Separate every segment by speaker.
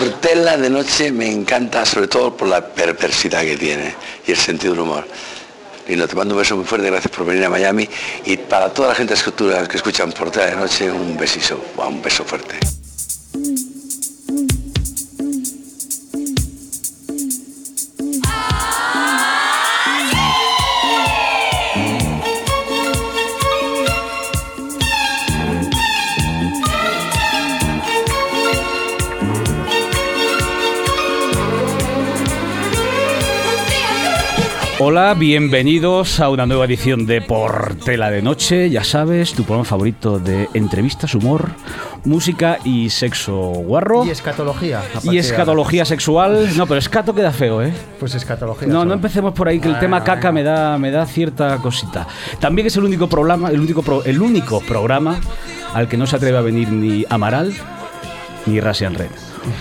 Speaker 1: Portela de noche me encanta, sobre todo por la perversidad que tiene y el sentido del humor. Lindo, te mando un beso muy fuerte, gracias por venir a Miami y para toda la gente escultura que escuchan Portela de noche, un besiso, un beso fuerte.
Speaker 2: Hola, bienvenidos a una nueva edición de Portela de Noche. Ya sabes, tu programa favorito de entrevistas, humor, música y sexo guarro.
Speaker 3: Y escatología. a
Speaker 2: Y
Speaker 3: partir
Speaker 2: escatología sexual. No, pero escato queda feo, ¿eh?
Speaker 3: de ahora. Pues escatología.
Speaker 2: No,
Speaker 3: solo.
Speaker 2: no empecemos por ahí, que el
Speaker 4: Ah.
Speaker 2: tema caca me da, me da cierta cosita. También es el único programa, el único, pro- el único programa al que no se atreve a venir ni Amaral ni Rasian Red.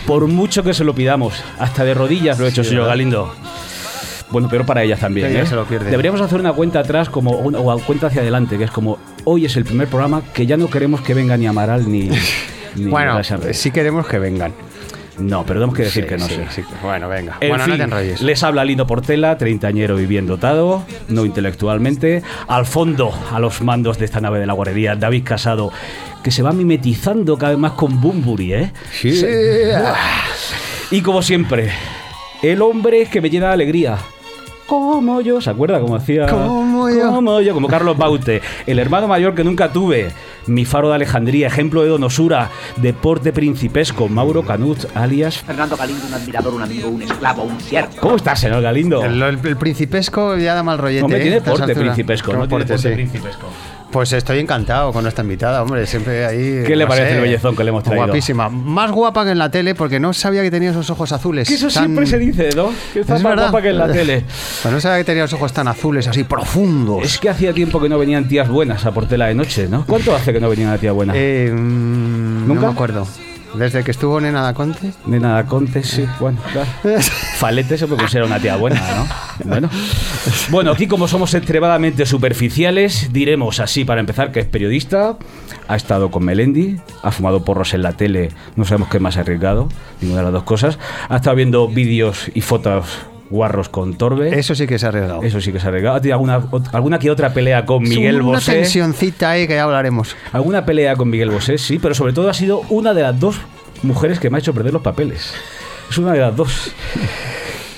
Speaker 2: Por mucho que se lo pidamos, hasta de rodillas lo he hecho, señor
Speaker 3: ¿verdad?
Speaker 2: Galindo. Bueno, peor para ellas también.
Speaker 3: Que
Speaker 2: ¿eh?
Speaker 3: ellas se lo pierden.
Speaker 2: Deberíamos hacer una cuenta atrás como o una- o cuenta hacia adelante, que es como hoy es el primer programa que ya no queremos que venga ni Amaral ni, ni
Speaker 4: Bueno,
Speaker 2: Rasian Red.
Speaker 4: sí queremos que vengan.
Speaker 2: No, pero tenemos que decir
Speaker 4: Sí,
Speaker 2: que no
Speaker 4: sí,
Speaker 2: sí.
Speaker 4: sí. Bueno, venga.
Speaker 2: En
Speaker 4: bueno, no
Speaker 2: fin,
Speaker 4: te enrolles.
Speaker 2: les habla Lino Portela, treintañero y bien dotado, no intelectualmente. Al fondo, a los mandos de esta nave de la guardería, David Casado, que se va mimetizando cada vez más con Bumburi, ¿eh?
Speaker 4: Sí.
Speaker 2: Y como siempre, el hombre que me llena de alegría. Como yo, ¿se acuerda? Como hacía.
Speaker 4: Como yo.
Speaker 2: Como yo, como Carlos Baute, el hermano mayor que nunca tuve, mi faro de Alejandría, ejemplo de donosura, deporte principesco, Mauro Canut, alias.
Speaker 5: Fernando Galindo, un admirador, un amigo, un esclavo, un siervo.
Speaker 2: ¿Cómo estás, señor Galindo?
Speaker 4: El, el- el principesco ya da mal rollete.
Speaker 2: Hombre,
Speaker 4: ¿eh?
Speaker 2: tiene
Speaker 4: A estas
Speaker 2: porte
Speaker 4: alturas.
Speaker 2: principesco,
Speaker 4: Como
Speaker 2: no tiene
Speaker 4: porte,
Speaker 2: porte
Speaker 4: sí.
Speaker 2: principesco.
Speaker 4: Pues estoy encantado con nuestra invitada, hombre. Siempre ahí.
Speaker 2: ¿Qué le parece el bellezón que le hemos traído?
Speaker 4: Guapísima. Más guapa que en la tele porque no sabía que tenía esos ojos azules.
Speaker 2: Que eso
Speaker 4: tan-
Speaker 2: siempre se dice, ¿no? Que está
Speaker 4: Es
Speaker 2: más
Speaker 4: verdad.
Speaker 2: guapa que en la tele.
Speaker 4: Pues no sabía que tenía los ojos tan azules, así profundos.
Speaker 2: Es que hacía tiempo que no venían tías buenas a Portela de noche, ¿no? ¿Cuánto hace que no venía una tía buena?
Speaker 4: Eh, mm,
Speaker 2: Ah. ¿Nunca? ¿Eh?
Speaker 4: No me acuerdo. Desde que estuvo Nena da Conte.
Speaker 2: Ni nada, Conte, sí, bueno, claro. Falete se puede considerar una tía buena, ¿no? Bueno. bueno, aquí como somos extremadamente superficiales, diremos así para empezar que es periodista, ha estado con Melendi, ha fumado porros en la tele, no sabemos qué más arriesgado, ninguna de las dos cosas, ha estado viendo vídeos y fotos guarros con Torbe.
Speaker 4: Eso sí que se ha arriesgado.
Speaker 2: Eso sí que se ha arriesgado. Ha tenido alguna, ot- alguna que otra pelea con Miguel
Speaker 4: Una
Speaker 2: Bosé.
Speaker 4: tensioncita ahí que ya hablaremos.
Speaker 2: Alguna pelea con Miguel Bosé, sí, pero sobre todo ha sido una de las dos mujeres que me ha hecho perder los papeles. Es una de las dos.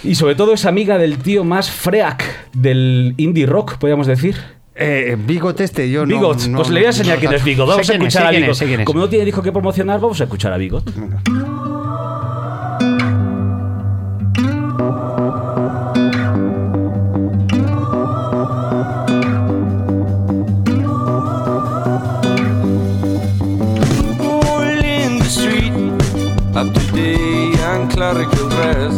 Speaker 2: Y sobre todo es amiga del tío más freak del indie rock, podríamos decir.
Speaker 4: Eh, Bigot este, yo no-
Speaker 2: Bigot,
Speaker 4: no.
Speaker 2: pues le voy a enseñar
Speaker 4: no-
Speaker 2: quién es Bigot.
Speaker 4: Sé
Speaker 2: Vamos a
Speaker 4: quién es,
Speaker 2: escuchar
Speaker 4: sé
Speaker 2: a
Speaker 4: quién
Speaker 2: Bigot.
Speaker 4: es, sé quién es.
Speaker 2: Como no tiene disco que promocionar, vamos a escuchar a Bigot.
Speaker 6: All in the street up today on clerical dress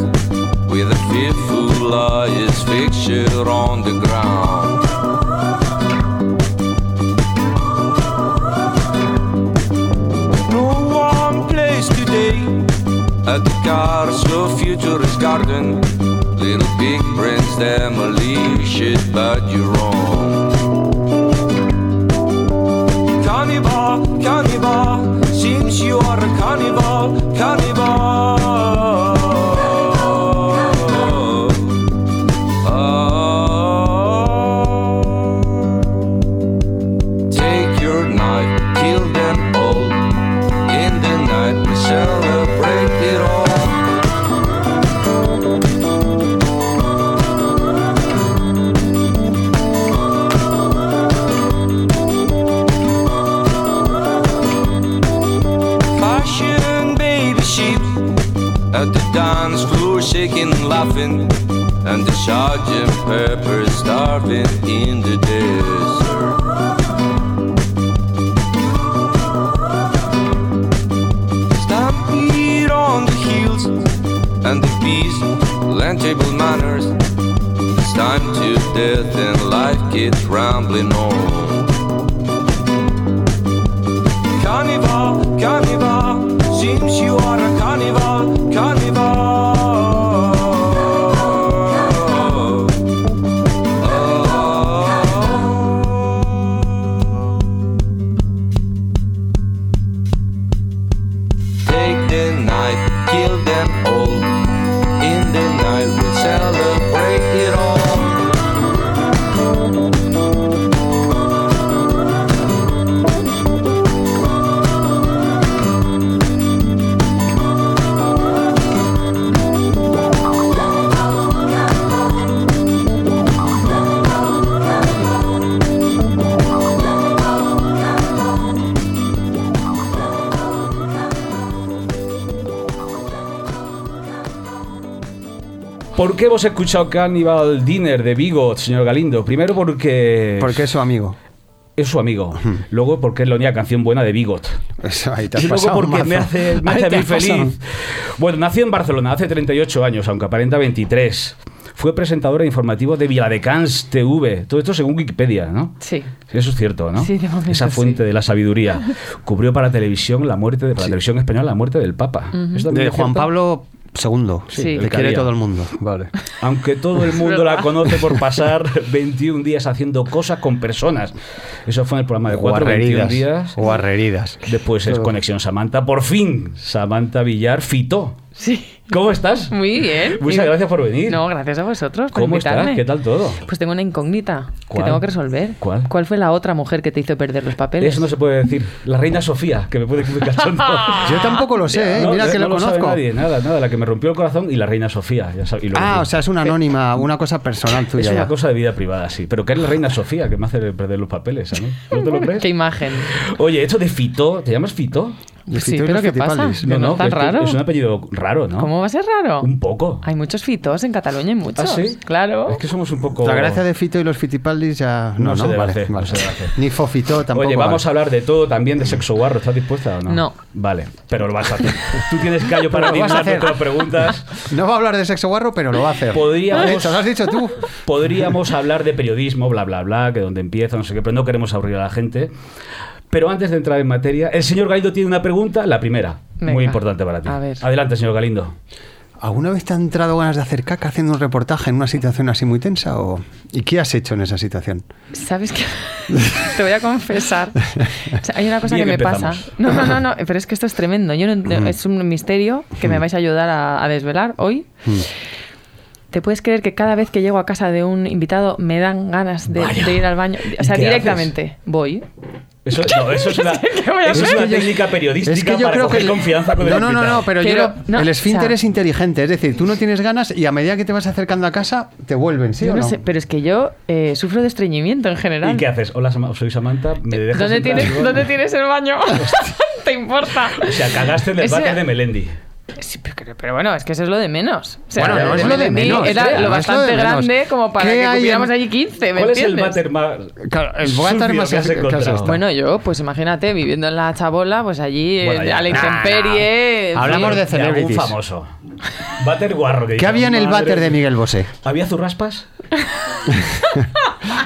Speaker 6: with a fearful lawyer's fixture on the ground. No one place today at the Carso Futurist Garden. Little big prints demolish it, but you're wrong. Cannibal, cannibal, seems you are a cannibal, cannibal. Oh. Take your knife, kill them all. In the night we celebrate it all. Fashion baby sheep at the dance floor shaking and laughing and the sergeant pepper starving in the desert Stampede on the hills and the bees learn table manners It's time to death and life keeps rambling on Carnival, carnival, seems you are a carnival, carnival. Take the knife, kill the
Speaker 2: ¿Por qué hemos escuchado Cannibal Dinner de Vigo, señor Galindo? Primero porque,
Speaker 4: Porque eso, amigo.
Speaker 2: es su amigo. Luego porque es la única canción buena de Bigot.
Speaker 4: Eso, ahí te has
Speaker 2: Y luego
Speaker 4: pasado.
Speaker 2: porque me
Speaker 4: mazo.
Speaker 2: hace, me
Speaker 4: Ahí
Speaker 2: hace
Speaker 4: te
Speaker 2: muy
Speaker 4: has pasado.
Speaker 2: feliz. Bueno, nació en Barcelona hace 38 años, aunque aparenta 23. Fue presentadora de informativo de Viladecans TV. Todo esto según Wikipedia, ¿no?
Speaker 3: Sí.
Speaker 2: Eso es cierto, ¿no?
Speaker 3: Sí, de momento
Speaker 2: Esa fuente
Speaker 3: sí.
Speaker 2: de la sabiduría. Cubrió para televisión la muerte de, para la televisión española la muerte del Papa. ¿Eso también
Speaker 4: De
Speaker 2: es
Speaker 4: Juan
Speaker 2: cierto?
Speaker 4: Pablo II.
Speaker 3: Sí.
Speaker 4: Le
Speaker 2: El que
Speaker 4: quiere
Speaker 2: había.
Speaker 4: todo el mundo. Vale.
Speaker 2: Aunque todo el
Speaker 3: Es
Speaker 2: mundo la
Speaker 3: verdad.
Speaker 2: conoce por pasar 21 días haciendo cosas con personas. Eso fue en el programa de 4 21
Speaker 4: Guarreridas.
Speaker 2: días.
Speaker 4: Guarreridas.
Speaker 2: Después es Conexión Samantha. Por fin, Samantha Villar fitó.
Speaker 3: Sí.
Speaker 2: ¿Cómo estás?
Speaker 3: Muy bien.
Speaker 2: Muchas gracias por venir.
Speaker 3: No, gracias a vosotros por
Speaker 2: ¿Cómo estás?
Speaker 3: invitarme.
Speaker 2: ¿Qué tal todo?
Speaker 3: Pues tengo una incógnita
Speaker 2: ¿Cuál?
Speaker 3: que tengo que resolver.
Speaker 2: ¿Cuál?
Speaker 3: ¿Cuál fue la otra mujer que te hizo perder los papeles?
Speaker 2: Eso no se puede decir. La reina Sofía, que me puede que me cachondo.
Speaker 4: Yo tampoco lo sé, ¿eh?
Speaker 2: No,
Speaker 4: Mira que
Speaker 2: no
Speaker 4: lo
Speaker 2: sabe
Speaker 4: conozco.
Speaker 2: nadie, nada, nada. La que me rompió el corazón y la reina Sofía. ya sabe- y lo
Speaker 4: Ah,
Speaker 2: que-
Speaker 4: o sea, es una anónima, una cosa personal
Speaker 2: es
Speaker 4: tuya.
Speaker 2: una
Speaker 4: ya.
Speaker 2: cosa de vida privada, sí. Pero que es la reina Sofía que me hace perder los papeles a mí. ¿No te lo crees?
Speaker 3: Qué imagen.
Speaker 2: Oye, esto de Fito, ¿te llamas Fito?
Speaker 4: De
Speaker 3: sí,
Speaker 4: Fito y
Speaker 3: pero
Speaker 4: los
Speaker 3: ¿qué pasa?
Speaker 4: Fitipaldis.
Speaker 3: No, no,
Speaker 2: que
Speaker 3: tan
Speaker 2: es que
Speaker 3: raro.
Speaker 2: Es un apellido raro, ¿no?
Speaker 3: ¿Cómo va a ser raro?
Speaker 2: Un poco.
Speaker 3: Hay muchos fitos en Cataluña, hay muchos.
Speaker 2: ¿Ah, sí?
Speaker 3: Claro.
Speaker 2: Es que somos un poco.
Speaker 4: La gracia de Fito y los Fitipaldis ya.
Speaker 2: No
Speaker 4: No, no,
Speaker 2: se debe
Speaker 4: vale,
Speaker 2: hacer, no
Speaker 4: vale.
Speaker 2: se debe hacer.
Speaker 4: Ni Fofito tampoco.
Speaker 2: Oye, vamos a
Speaker 4: vale.
Speaker 2: hablar de todo, también de sexo guarro. ¿Estás dispuesta o no?
Speaker 3: No.
Speaker 2: Vale, pero lo vas a hacer. Tú tienes callo para
Speaker 4: Pero lo vas a
Speaker 2: adivinar
Speaker 4: hacer.
Speaker 2: nuestras preguntas.
Speaker 4: No va a hablar de sexo guarro, pero lo va a hacer.
Speaker 2: Podríamos-
Speaker 4: Lo has dicho, lo has dicho tú.
Speaker 2: Podríamos hablar de periodismo, bla, bla, bla, que donde empieza, no sé qué, pero no queremos aburrir a la gente. Pero antes de entrar en materia, el señor Galindo tiene una pregunta, la primera, muy
Speaker 3: Venga.
Speaker 2: importante para ti.
Speaker 3: A ver.
Speaker 2: Adelante, señor Galindo.
Speaker 4: ¿Alguna vez te ha entrado ganas de hacer caca haciendo un reportaje en una situación así muy tensa? O... ¿Y qué has hecho en esa situación?
Speaker 3: ¿Sabes qué? Te voy a confesar. O sea, hay una cosa
Speaker 2: Bien
Speaker 3: que me
Speaker 2: que
Speaker 3: pasa.
Speaker 2: empezamos. Mm.
Speaker 3: No, no, no, no, pero es que esto es tremendo. Yo no ent- es un misterio que me vais a ayudar a, a desvelar hoy.
Speaker 2: Mm.
Speaker 3: ¿Te puedes creer que cada vez que llego a casa de un invitado me dan ganas de,
Speaker 2: Vaya.
Speaker 3: de ir al baño?
Speaker 2: ¿Y
Speaker 3: O sea,
Speaker 2: qué
Speaker 3: directamente voy.
Speaker 2: Eso, no, eso es una,
Speaker 3: ¿Qué voy a
Speaker 2: eso es
Speaker 3: hacer?
Speaker 2: una técnica periodística para coger
Speaker 4: el-
Speaker 2: confianza con
Speaker 4: no,
Speaker 2: el
Speaker 4: no, no,
Speaker 2: invitado.
Speaker 4: no, pero yo
Speaker 3: Pero,
Speaker 4: lo-
Speaker 3: no,
Speaker 4: el esfínter
Speaker 3: o sea-
Speaker 4: es inteligente, es decir, tú no tienes ganas y a medida que te vas acercando a casa te vuelven, ¿sí
Speaker 3: Yo
Speaker 4: o
Speaker 3: no
Speaker 4: no?
Speaker 3: sé, pero es que yo eh, sufro de estreñimiento en general.
Speaker 2: ¿Y qué haces? Hola, Sama- soy Samantha, ¿me dejas
Speaker 3: Eh, ¿Dónde,
Speaker 2: entrar?
Speaker 3: tienes,
Speaker 2: Digo,
Speaker 3: ¿Dónde tienes el baño? ¿Te importa?
Speaker 2: O sea, cagaste en el
Speaker 3: Ese-
Speaker 2: váter de Melendi.
Speaker 3: Sí, pero, pero bueno, es que eso es lo de menos. O sea,
Speaker 4: Bueno,
Speaker 3: el
Speaker 4: no es
Speaker 3: de
Speaker 4: lo de
Speaker 3: Melendi
Speaker 4: menos,
Speaker 3: Era
Speaker 4: claro, no
Speaker 3: lo
Speaker 4: es
Speaker 3: bastante
Speaker 4: lo de menos.
Speaker 3: grande como para
Speaker 4: ¿Qué
Speaker 3: que
Speaker 4: hay en-
Speaker 3: tuviéramos allí 15, ¿me
Speaker 2: ¿Cuál es el
Speaker 3: entiendes?
Speaker 2: váter más
Speaker 4: Claro, el váter
Speaker 2: sucio
Speaker 4: más
Speaker 2: que has
Speaker 4: que- que has
Speaker 2: encontrado?
Speaker 4: estado.
Speaker 3: Bueno, yo, pues imagínate, viviendo en la chabola, pues allí, eh,
Speaker 2: Bueno, ya.
Speaker 3: a la
Speaker 2: Nah,
Speaker 3: intemperie... en
Speaker 4: Hablamos
Speaker 3: fin.
Speaker 4: de
Speaker 2: De algún
Speaker 4: celebrities.
Speaker 2: famoso. Váter guarro. Que
Speaker 4: ¿Qué
Speaker 2: dices,
Speaker 4: había en el
Speaker 2: madre
Speaker 4: váter de
Speaker 2: mía.
Speaker 4: Miguel Bosé?
Speaker 2: ¿Había zurraspas?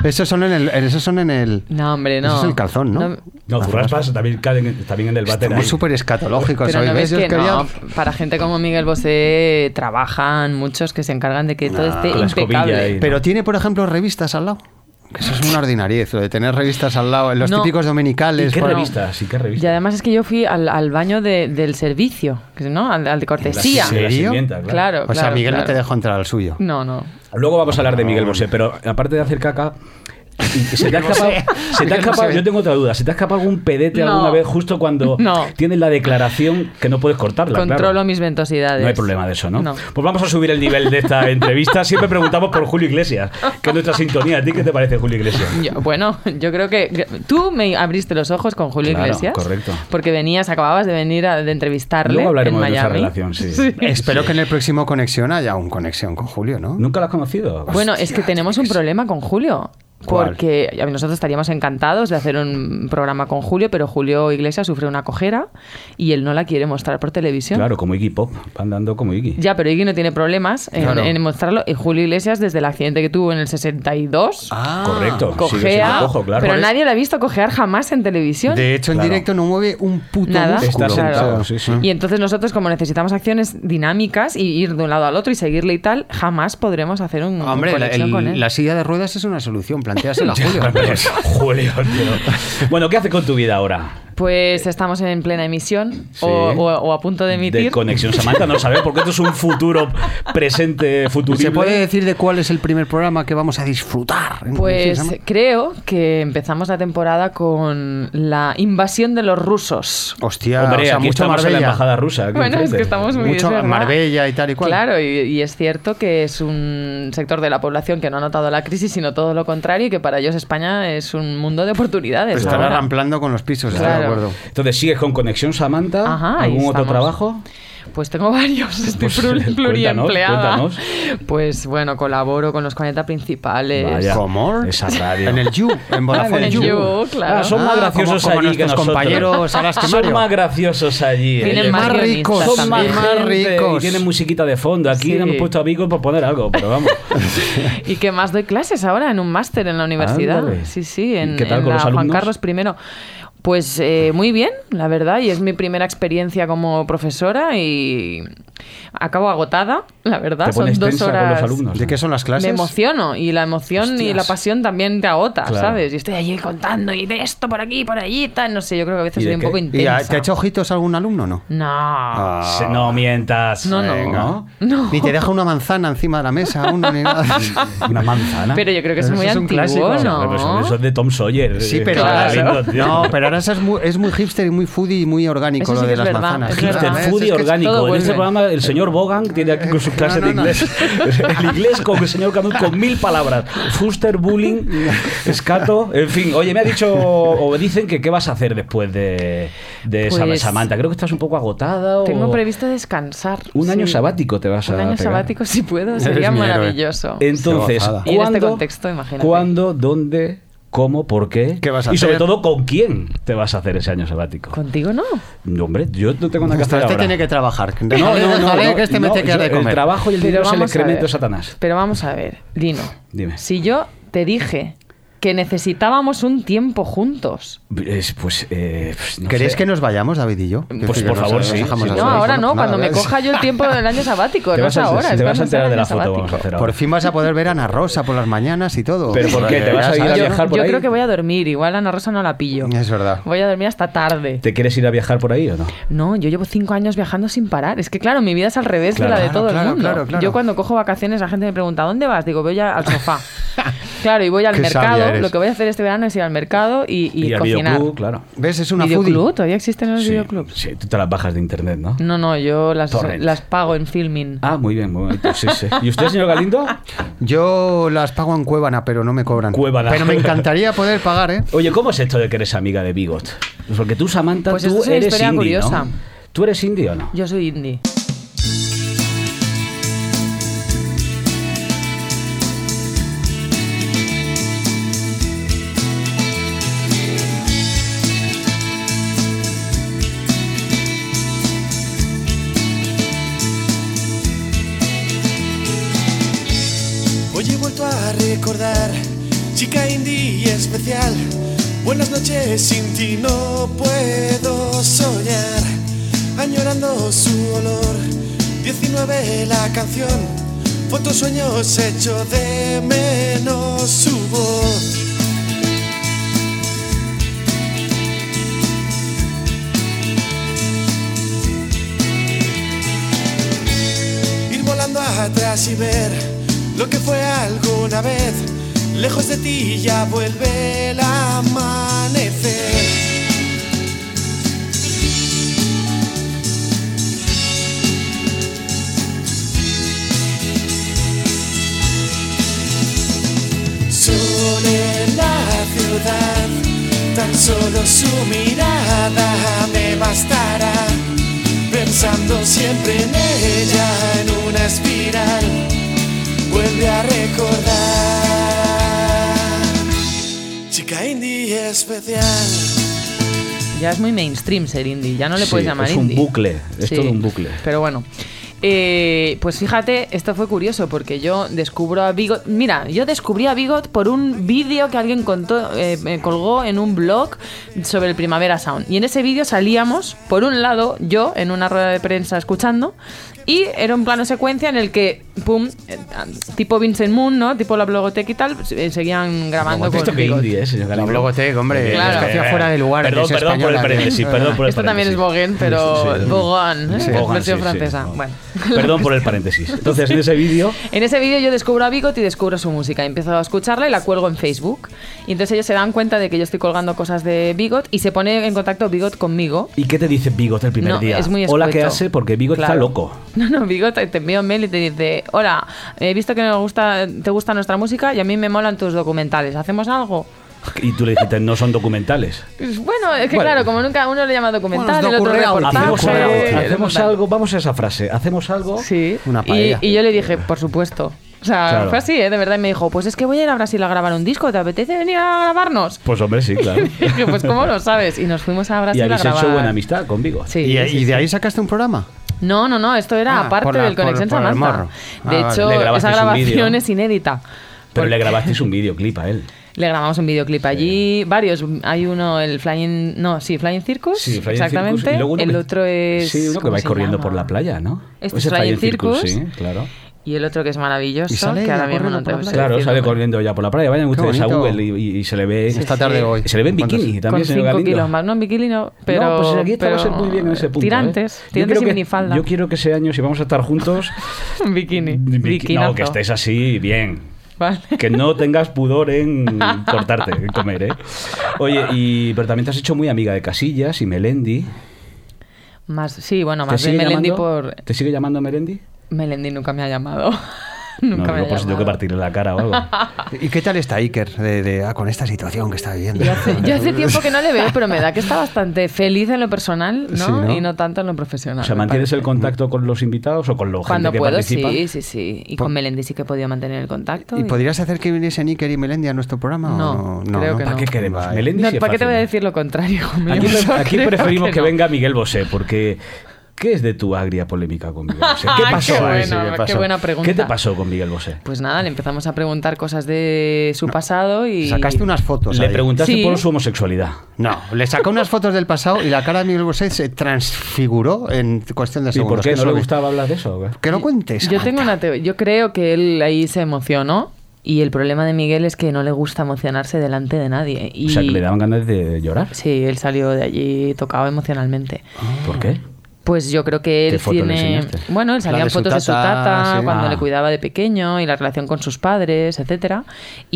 Speaker 4: Esos son en el... Esos son en el...
Speaker 3: No, hombre, no.
Speaker 4: Eso es el calzón, ¿no?
Speaker 2: No, zurraspas también, caen- también en el váter.
Speaker 4: Estamos
Speaker 2: ahí.
Speaker 4: súper escatológicos
Speaker 3: Pero
Speaker 4: hoy,
Speaker 3: no ves
Speaker 4: ¿ves? Yo
Speaker 3: que
Speaker 4: es que había-
Speaker 3: no, para gente como Miguel Bosé trabajan muchos que se encargan de que todo esté
Speaker 2: con la escobilla
Speaker 3: impecable.
Speaker 2: ahí.
Speaker 4: Pero tiene, por ejemplo, revistas al lado. Que eso es una ordinariez, lo de tener revistas al lado, en los
Speaker 3: No.
Speaker 4: típicos
Speaker 2: ¿Y
Speaker 4: dominicales.
Speaker 2: qué
Speaker 4: bueno,
Speaker 2: revistas? ¿Y qué revistas?
Speaker 3: Y además es que yo fui al, al baño de- del servicio, que es- ¿no? Al, al de cortesía.
Speaker 2: Las- las
Speaker 4: ¿Serio?
Speaker 2: sirvientas, claro.
Speaker 3: Claro,
Speaker 4: O sea,
Speaker 3: claro,
Speaker 4: Miguel no
Speaker 3: claro. Mm.
Speaker 4: te dejó entrar al suyo.
Speaker 3: No, no.
Speaker 2: Luego vamos a hablar de Miguel Bosé, pero aparte de hacer caca. y- y se te ha escapado, se te ha
Speaker 4: Miguel
Speaker 2: escapado-
Speaker 4: Bosé.
Speaker 2: yo tengo otra duda, ¿se te ha escapado algún pedete
Speaker 3: No.
Speaker 2: alguna vez justo cuando
Speaker 3: No.
Speaker 2: tienes la declaración que no puedes cortarla?
Speaker 3: Controlo
Speaker 2: claro?
Speaker 3: mis ventosidades.
Speaker 2: No hay problema de eso, ¿no?
Speaker 3: No.
Speaker 2: Pues vamos a subir el nivel de esta entrevista. Siempre preguntamos por Julio Iglesias, que es nuestra sintonía. ¿A ti qué te parece Julio Iglesias?
Speaker 3: Yo- bueno, yo creo que tú me abriste los ojos con Julio
Speaker 2: Claro,
Speaker 3: Iglesias.
Speaker 2: correcto.
Speaker 3: Porque venías, acababas de venir a, de entrevistarle
Speaker 2: Luego hablaremos
Speaker 3: en
Speaker 2: de nuestra
Speaker 3: Miami.
Speaker 2: relación, sí.
Speaker 4: Espero que en el próximo conexión haya un conexión con Julio, ¿no?
Speaker 2: ¿Nunca lo has conocido?
Speaker 3: Bueno, es que tenemos un problema con Julio.
Speaker 4: ¿Cuál?
Speaker 3: Porque a ver, nosotros estaríamos encantados de hacer un programa con Julio, pero Julio Iglesias sufre una cojera y él no la quiere mostrar por televisión.
Speaker 2: Claro, como Iggy Pop, van dando como Iggy.
Speaker 3: Ya, pero Iggy no tiene problemas en,
Speaker 4: Claro.
Speaker 3: en mostrarlo. Y Julio Iglesias, desde el accidente que tuvo en el 62,
Speaker 4: Ah.
Speaker 2: Correcto. sigue
Speaker 3: cojea.
Speaker 2: siendo cojo, claro.
Speaker 3: Pero
Speaker 2: Por
Speaker 3: nadie le ha visto cojear jamás en televisión.
Speaker 4: De hecho, en
Speaker 2: Claro.
Speaker 4: directo no mueve un puto
Speaker 3: Nada.
Speaker 4: músculo.
Speaker 2: Está sentado,
Speaker 4: O
Speaker 2: sí,
Speaker 4: sea,
Speaker 2: sí.
Speaker 3: Y entonces nosotros, como necesitamos acciones dinámicas y ir de un lado al otro y seguirle y tal, jamás podremos hacer un un
Speaker 4: Hombre, la,
Speaker 3: conexión
Speaker 4: el-
Speaker 3: Mm, con él.
Speaker 4: la silla de ruedas es una solución, planteasela a Julio.
Speaker 2: eso. Julio, tío. Bueno, ¿qué hace con tu vida ahora?
Speaker 3: Pues estamos en plena emisión
Speaker 2: Sí.
Speaker 3: o, o- o a punto de emitir.
Speaker 2: De Conexión Samantha, no sabemos, porque esto es un futuro presente, futuro.
Speaker 4: ¿Se puede decir de cuál es el primer programa que vamos a disfrutar?
Speaker 3: Pues
Speaker 4: ¿Sí se llama?
Speaker 3: creo que empezamos la temporada con la invasión de los rusos.
Speaker 4: Hostia,
Speaker 2: Hombre,
Speaker 4: o sea,
Speaker 2: aquí
Speaker 4: mucho
Speaker 2: estamos en la
Speaker 4: Marbella.
Speaker 2: embajada rusa. aquí
Speaker 3: Bueno, es
Speaker 2: enfrente.
Speaker 3: que estamos muy
Speaker 4: Mucho
Speaker 3: es verdad.
Speaker 4: Marbella y tal y cual.
Speaker 3: Claro, y, y es cierto que es un sector de la población que no ha notado la crisis, sino todo lo contrario, y que para ellos España es un mundo de oportunidades.
Speaker 4: Pues Estará
Speaker 3: ahora.
Speaker 4: ramplando con los pisos, estoy
Speaker 3: Claro.
Speaker 4: de acuerdo.
Speaker 2: Entonces, ¿sigues con Conexión Samantha?
Speaker 3: Ajá, ahí
Speaker 2: ¿Algún otro
Speaker 3: estamos.
Speaker 2: trabajo?
Speaker 3: Pues tengo varios, estoy
Speaker 2: Pues,
Speaker 3: pluri-
Speaker 2: cuéntanos,
Speaker 3: pluriempleada.
Speaker 2: cuéntanos.
Speaker 3: Pues bueno, colaboro con los 40 principales.
Speaker 2: Vaya.
Speaker 4: ¿Cómo?
Speaker 2: Esa radio.
Speaker 4: En el You, en Vodafone
Speaker 3: Ah, en el
Speaker 4: You.
Speaker 3: You. claro.
Speaker 2: Ah, son
Speaker 4: Ah,
Speaker 2: más graciosos
Speaker 4: como- como
Speaker 2: allí que
Speaker 4: nuestros
Speaker 2: nosotros.
Speaker 4: compañeros Alas que
Speaker 2: son
Speaker 4: Mario.
Speaker 2: más graciosos allí.
Speaker 3: Tienen
Speaker 2: Oye,
Speaker 3: más
Speaker 2: son
Speaker 3: guionistas
Speaker 4: ricos,
Speaker 3: también.
Speaker 2: más,
Speaker 4: más
Speaker 2: gente
Speaker 4: ricos.
Speaker 2: Y tienen musiquita de fondo. Aquí
Speaker 3: Sí.
Speaker 2: hemos puesto a Vigo por poner algo, pero vamos.
Speaker 3: Y que más doy clases ahora en un máster en la universidad.
Speaker 2: Ándale.
Speaker 3: Sí, sí,
Speaker 2: ¿Y
Speaker 3: en,
Speaker 2: qué tal
Speaker 3: en
Speaker 2: con
Speaker 3: la
Speaker 2: los
Speaker 3: Juan
Speaker 2: alumnos?
Speaker 3: Carlos I. Pues eh, muy bien, la verdad, y es mi primera experiencia como profesora y acabo agotada, la verdad.
Speaker 2: Te pones
Speaker 3: Son dos
Speaker 2: tensa con los
Speaker 3: horas.
Speaker 2: alumnos.
Speaker 4: ¿De qué son las clases?
Speaker 3: Me emociono y la emoción y la
Speaker 4: Hostias.
Speaker 3: pasión también te agota,
Speaker 2: Claro.
Speaker 3: ¿sabes? Y estoy allí contando y de esto por aquí, por allí, tal. No sé, yo creo que a veces
Speaker 2: ¿Y de
Speaker 3: soy un
Speaker 2: qué?
Speaker 3: poco
Speaker 2: ¿Y
Speaker 4: ¿Y
Speaker 2: a-
Speaker 4: a-
Speaker 3: intensa.
Speaker 4: te ha hecho ojitos algún alumno o no?
Speaker 3: No.
Speaker 4: Ah.
Speaker 2: Se- No mientas.
Speaker 3: No, no.
Speaker 2: Venga.
Speaker 3: No.
Speaker 4: Ni te deja una manzana encima de la mesa, uno ni nada.
Speaker 2: Una manzana.
Speaker 3: Pero yo creo que es
Speaker 4: Pero
Speaker 3: muy
Speaker 4: eso es un
Speaker 3: antiguo,
Speaker 4: clásico.
Speaker 2: Pero Eso,
Speaker 3: ¿no?
Speaker 2: eso es de Tom Sawyer. eh,
Speaker 4: Sí, pero
Speaker 3: Claro.
Speaker 4: ahora,
Speaker 2: Lindo, tío.
Speaker 4: no, pero ahora eso es muy, es muy hipster y muy foodie y muy orgánico
Speaker 3: Eso sí
Speaker 4: lo
Speaker 3: que
Speaker 4: de
Speaker 3: es
Speaker 4: las
Speaker 3: verdad,
Speaker 4: manzanas.
Speaker 3: es
Speaker 2: Hipster,
Speaker 3: verdad.
Speaker 4: ¿Ves?
Speaker 2: foodie,
Speaker 4: Es que-
Speaker 3: todo
Speaker 2: orgánico. En este
Speaker 3: vuelve.
Speaker 2: programa el señor Bogan tiene aquí con sus clases
Speaker 4: no, no.
Speaker 2: de inglés. El inglés con el señor Camus con mil palabras. Fuster, bullying, escato. En fin, oye, me ha dicho, o me dicen que qué vas a hacer después de, de esa
Speaker 3: Pues-
Speaker 2: Samantha. Creo que estás un poco agotada. o-
Speaker 3: Tengo previsto descansar.
Speaker 2: Un año
Speaker 3: sí.
Speaker 2: sabático te vas a
Speaker 3: Un año
Speaker 2: pegar.
Speaker 3: sabático, si puedo,
Speaker 4: Eres
Speaker 3: sería
Speaker 4: mi héroe.
Speaker 3: maravilloso.
Speaker 2: Entonces,
Speaker 4: Qué gozada.
Speaker 3: Y en este
Speaker 2: ¿cuándo-
Speaker 3: contexto, imagínate.
Speaker 2: ¿Cuándo, dónde, cómo, por qué?
Speaker 4: ¿Qué vas a
Speaker 2: y sobre
Speaker 4: hacer?
Speaker 2: todo, ¿con quién te vas a hacer ese año sabático?
Speaker 3: Contigo no.
Speaker 2: No, hombre, yo no tengo nada que
Speaker 4: Este
Speaker 2: hacer ahora.
Speaker 4: tiene que trabajar.
Speaker 2: No, no,
Speaker 4: Déjale,
Speaker 2: no,
Speaker 4: déjale
Speaker 2: no,
Speaker 4: que este me
Speaker 2: no,
Speaker 4: tiene que
Speaker 2: yo-
Speaker 4: dar de
Speaker 2: El
Speaker 4: comer.
Speaker 2: trabajo y el dinero
Speaker 3: Pero
Speaker 2: es el
Speaker 3: vamos a
Speaker 2: excremento de
Speaker 3: ver.
Speaker 2: Satanás.
Speaker 3: Pero vamos a ver, Dino.
Speaker 2: Dime.
Speaker 3: Si yo te dije que necesitábamos un tiempo juntos.
Speaker 2: Es, pues, eh, pues, no
Speaker 4: ¿Queréis
Speaker 2: sé.
Speaker 4: que nos vayamos, David y yo? Que
Speaker 2: Pues,
Speaker 4: es que
Speaker 2: por
Speaker 4: nos
Speaker 2: favor, sí.
Speaker 4: dejamos
Speaker 2: Sí,
Speaker 3: No,
Speaker 2: Pues
Speaker 4: así.
Speaker 3: ahora
Speaker 4: Bueno,
Speaker 3: no,
Speaker 4: pues
Speaker 3: cuando
Speaker 4: nada,
Speaker 3: me
Speaker 4: ¿ves?
Speaker 3: coja yo el tiempo del año sabático.
Speaker 2: Te
Speaker 3: no es
Speaker 2: vas a-
Speaker 3: ahora, es
Speaker 2: te vas
Speaker 3: cuando
Speaker 2: a
Speaker 3: sea
Speaker 2: enterar
Speaker 3: el
Speaker 2: de la
Speaker 3: año
Speaker 2: foto, vamos a
Speaker 3: sabático.
Speaker 2: hacer ahora.
Speaker 4: Por fin vas a poder ver a Ana Rosa por las mañanas y todo.
Speaker 2: ¿Pero por qué? ¿Te
Speaker 4: Ya
Speaker 2: vas a ir a
Speaker 4: sabes,
Speaker 2: viajar?
Speaker 3: Yo,
Speaker 2: por
Speaker 3: yo
Speaker 2: ahí.
Speaker 3: creo que voy a dormir, igual Ana Rosa no la pillo.
Speaker 4: Es verdad.
Speaker 3: Voy a dormir hasta tarde.
Speaker 2: ¿Te quieres ir a viajar por ahí o no?
Speaker 3: No, yo llevo cinco años viajando sin parar. Es que claro, mi vida es al revés
Speaker 2: Claro.
Speaker 3: de la de
Speaker 4: Claro,
Speaker 3: todo
Speaker 4: claro,
Speaker 3: el mundo.
Speaker 4: claro, claro.
Speaker 3: Yo cuando cojo vacaciones la gente me pregunta, ¿dónde vas? Digo, voy a- al sofá. claro, y voy al
Speaker 4: Qué sabia
Speaker 3: mercado.
Speaker 4: eres.
Speaker 3: Lo que voy a hacer este verano es ir al mercado y, y
Speaker 2: al
Speaker 3: cocinar.
Speaker 2: videoclub, claro.
Speaker 4: ¿Ves? Es una
Speaker 3: ¿Videoclub?
Speaker 4: foodie.
Speaker 3: ¿Todavía existen los
Speaker 2: Sí,
Speaker 3: videoclubs?
Speaker 2: sí, tú te las bajas de internet, ¿no?
Speaker 3: No, no, yo las,
Speaker 2: Torrent.
Speaker 3: las pago en filming.
Speaker 2: Ah, muy bien, muy bien. Pues sí, sí. ¿Y usted, señor Galindo?
Speaker 4: Yo las pago en Cuevana, pero no me cobran.
Speaker 2: Cuevana.
Speaker 4: Pero me encantaría poder pagar, ¿eh?
Speaker 2: Oye, ¿cómo es esto de que eres amiga de Bigot? Porque tú, Samantha,
Speaker 3: Pues
Speaker 2: tú
Speaker 3: esto es una
Speaker 2: eres
Speaker 3: historia
Speaker 2: indie, ¿no?
Speaker 3: curiosa.
Speaker 2: ¿Tú eres indie o no?
Speaker 3: Yo soy indie.
Speaker 7: Hoy he vuelto a recordar, chica indie y especial. Buenas noches, sin ti no puedo soñar. Añorando su olor, 19 la canción. Fotos, sueños, hecho de menos su voz. ir volando atrás y ver lo que fue alguna vez. Lejos de ti ya vuelve el amanecer. Solo en la ciudad, tan solo su mirada me bastará. Pensando siempre en ella, en una espiral, vuelve a recordar. Chica indie especial.
Speaker 3: Ya es muy mainstream ser indie, ya no le
Speaker 2: Sí,
Speaker 3: puedes llamar
Speaker 2: es un
Speaker 3: indie.
Speaker 2: bucle, es todo un bucle.
Speaker 3: Pero bueno. Eh, pues fíjate, esto fue curioso porque yo descubro a Bigot. Mira, yo descubrí a Bigot por un vídeo que alguien contó, eh, eh, colgó en un blog sobre el Primavera Sound. Y en ese vídeo salíamos, por un lado, yo en una rueda de prensa escuchando, y era un plano secuencia en el que, pum, eh, tipo Vincent Moon, ¿no? Tipo la blogoteca y tal, eh, seguían grabando con
Speaker 2: Esto que
Speaker 3: Bigot.
Speaker 2: indie, ¿eh, señor Galindo?
Speaker 4: La blogotec, hombre.
Speaker 3: Claro.
Speaker 4: Es que hacía fuera de lugar.
Speaker 2: Perdón,
Speaker 4: es
Speaker 2: perdón por el
Speaker 4: española, que-
Speaker 2: paréntesis. Perdón por el
Speaker 3: Esto también
Speaker 2: paréntesis.
Speaker 3: es Boguén, pero
Speaker 2: Sí, sí.
Speaker 3: Bogan, ¿eh?
Speaker 2: Sí, Bogan,
Speaker 3: versión
Speaker 2: sí, sí.
Speaker 3: francesa. Bueno.
Speaker 2: Perdón por el paréntesis. Entonces, en ese vídeo.
Speaker 3: En ese vídeo yo descubro a Bigot y descubro su música. Empiezo a escucharla y la cuelgo en Facebook. Y entonces ellos se dan cuenta de que yo estoy colgando cosas de Bigot y se pone en contacto Bigot conmigo.
Speaker 2: ¿Y qué te dice Bigot el primer
Speaker 3: No,
Speaker 2: día?
Speaker 3: es muy
Speaker 2: Hola, ¿qué
Speaker 3: escueto.
Speaker 2: hace? Porque Bigot está
Speaker 3: Claro.
Speaker 2: loco.
Speaker 3: No, no, Bigot te te envía un mail y te dice, hola, he visto que nos gusta, te gusta nuestra música y a mí me molan tus documentales. ¿Hacemos algo?
Speaker 2: Y tú le dijiste, no son documentales.
Speaker 3: Bueno, es que
Speaker 2: Bueno.
Speaker 3: claro, como nunca uno le llama documental,
Speaker 4: Bueno, es
Speaker 3: el otro
Speaker 4: docu-reality.
Speaker 2: Hacemos
Speaker 4: Vamos,
Speaker 2: algo,
Speaker 4: eh,
Speaker 3: reportaje.
Speaker 2: hacemos algo, vamos a esa frase, hacemos algo.
Speaker 3: Sí.
Speaker 4: Una
Speaker 3: y,
Speaker 4: paella.
Speaker 3: y yo le dije, por supuesto. O sea,
Speaker 2: Claro.
Speaker 3: fue así, ¿eh? de verdad. Y me dijo, pues es que voy a ir a Brasil a grabar un disco. ¿Te apetece venir a grabarnos?
Speaker 2: Pues hombre, sí, claro.
Speaker 3: Y dije, pues ¿cómo lo sabes? Y nos fuimos a
Speaker 2: y
Speaker 3: Brasil a
Speaker 2: habéis
Speaker 3: grabar.
Speaker 2: hecho buena amistad conmigo.
Speaker 3: Sí,
Speaker 4: ¿Y,
Speaker 3: sí,
Speaker 4: y
Speaker 3: sí.
Speaker 4: de ahí sacaste un programa?
Speaker 3: No, no, no, esto era
Speaker 4: Ah,
Speaker 3: aparte
Speaker 4: por la-
Speaker 3: del
Speaker 4: por-
Speaker 3: Conexión
Speaker 4: por el
Speaker 3: Samantha.
Speaker 4: morro. Ah,
Speaker 3: De
Speaker 4: vale.
Speaker 3: hecho,
Speaker 2: Le grabasteis
Speaker 3: esa
Speaker 2: un
Speaker 3: grabación
Speaker 2: vídeo.
Speaker 3: es inédita.
Speaker 2: Pero le
Speaker 3: Porque-
Speaker 2: grabasteis un videoclip a él.
Speaker 3: Le grabamos un videoclip allí, varios. Hay uno, el Flying. No, sí, Flying Circus.
Speaker 2: Sí, Flying
Speaker 3: Pues, exactamente.
Speaker 2: Circus, y luego uno
Speaker 3: el
Speaker 2: que-
Speaker 3: otro es.
Speaker 2: Sí, uno que
Speaker 3: ¿cómo
Speaker 2: vais
Speaker 3: se
Speaker 2: corriendo
Speaker 3: llama?
Speaker 2: por la playa, ¿no? Pues
Speaker 3: Este
Speaker 2: Ese
Speaker 3: es Flying Circus.
Speaker 2: Sí, claro.
Speaker 3: Y el otro que es maravilloso,
Speaker 4: ¿Y sale
Speaker 3: que
Speaker 4: ella
Speaker 3: ahora mismo
Speaker 4: corriendo
Speaker 3: no
Speaker 4: por
Speaker 3: te
Speaker 4: la
Speaker 3: lo sé
Speaker 4: playa?
Speaker 2: Claro,
Speaker 3: decir
Speaker 2: sale
Speaker 3: el nombre.
Speaker 2: corriendo ya por la playa. Vayan
Speaker 4: Qué
Speaker 2: ustedes a
Speaker 4: bonito.
Speaker 2: Google y, y- y se le ve.
Speaker 4: Esta tarde hoy.
Speaker 2: Se le ve en
Speaker 4: ¿Cuántos?
Speaker 2: bikini también,
Speaker 3: Con
Speaker 2: señor
Speaker 3: 5
Speaker 2: Galindo.
Speaker 3: kilos más, no en bikini, no. Pero,
Speaker 2: no, pues aquí
Speaker 3: pero
Speaker 2: estamos en- muy bien en ese punto. ¿eh?
Speaker 3: Tirantes,
Speaker 2: Yo
Speaker 3: tirantes
Speaker 2: creo
Speaker 3: y
Speaker 2: que-
Speaker 3: minifalda.
Speaker 2: Yo quiero que ese año, si vamos a estar juntos,
Speaker 3: Un bikini.
Speaker 2: no,
Speaker 3: Bikinazo.
Speaker 2: que estés así bien.
Speaker 3: Vale.
Speaker 2: Que no tengas pudor en cortarte, en comer, ¿eh? Oye, y, pero también te has hecho muy amiga de Casillas y Melendi.
Speaker 3: Más, sí, bueno,
Speaker 2: ¿Te
Speaker 3: más de
Speaker 2: sigue
Speaker 3: Melendi
Speaker 2: llamando?
Speaker 3: por.
Speaker 2: ¿Te sigue llamando Melendi?
Speaker 3: Melendi nunca me ha llamado. nunca
Speaker 2: no,
Speaker 3: me
Speaker 2: digo,
Speaker 3: ha
Speaker 2: por si tengo que
Speaker 3: llamado.
Speaker 2: partirle la cara o algo.
Speaker 3: Ah.
Speaker 4: ¿Y qué tal está Iker de, de- ah, con esta situación que está viviendo?
Speaker 3: Yo hace, yo hace tiempo que no le veo, pero me da que está bastante feliz en lo personal, ¿no?
Speaker 4: Sí, ¿no?
Speaker 3: Y no tanto en lo profesional.
Speaker 2: O sea,
Speaker 3: me
Speaker 2: ¿mantienes el
Speaker 3: parece.
Speaker 2: contacto con los invitados o con los
Speaker 3: Cuando
Speaker 2: gente que
Speaker 3: puedo,
Speaker 2: participa?
Speaker 3: sí, sí, sí. Y con Melendi sí que he podido mantener el contacto.
Speaker 4: ¿Y
Speaker 3: y-
Speaker 4: podrías hacer que viniesen Iker y Melendi a nuestro programa? o
Speaker 3: No, creo que
Speaker 2: ¿Para
Speaker 3: no.
Speaker 2: qué queremos?
Speaker 4: Vale.
Speaker 2: Melendi
Speaker 3: No,
Speaker 2: sí es
Speaker 3: ¿Para qué te
Speaker 2: fácil.
Speaker 3: voy a decir lo contrario? hijo mío?
Speaker 2: Aquí,
Speaker 3: Yo
Speaker 2: aquí
Speaker 3: creo
Speaker 2: preferimos que,
Speaker 3: no.
Speaker 2: venga Miguel Bosé, porque ¿qué es de tu agria polémica con Miguel Bosé? ¿Qué
Speaker 3: Ah,
Speaker 2: pasó?
Speaker 3: qué bueno,
Speaker 2: Sí, ¿qué
Speaker 3: qué
Speaker 2: pasó?
Speaker 3: buena pregunta.
Speaker 2: ¿Qué te pasó con Miguel Bosé?
Speaker 3: Pues nada, le empezamos a preguntar cosas de su pasado y.
Speaker 4: Sacaste unas fotos.
Speaker 2: Le
Speaker 4: ahí.
Speaker 2: preguntaste
Speaker 3: Sí.
Speaker 2: por su homosexualidad.
Speaker 4: No, le sacó unas fotos del pasado y la cara de Miguel Bosé se transfiguró en cuestión de
Speaker 2: ¿Y
Speaker 4: segundos.
Speaker 2: por qué
Speaker 4: que
Speaker 2: no le
Speaker 4: solo-
Speaker 2: gustaba hablar de eso? o qué?
Speaker 4: Que lo cuentes.
Speaker 3: Yo tengo una teoría. Yo creo que él ahí se emocionó. Y el problema de Miguel es que no le gusta emocionarse delante de nadie. Y
Speaker 2: O sea, que le daban ganas de llorar.
Speaker 3: Sí, él salió de allí tocado emocionalmente.
Speaker 2: ¿Por qué?
Speaker 3: Pues yo creo que
Speaker 2: ¿Qué
Speaker 3: él
Speaker 2: foto le
Speaker 3: tiene.
Speaker 2: enseñaste?
Speaker 3: Bueno, él salía
Speaker 4: de
Speaker 3: en
Speaker 4: su
Speaker 3: fotos de su
Speaker 4: tata,
Speaker 3: tata
Speaker 4: sí.
Speaker 3: cuando
Speaker 2: Ah.
Speaker 3: le cuidaba de pequeño y la relación con sus padres, etcétera.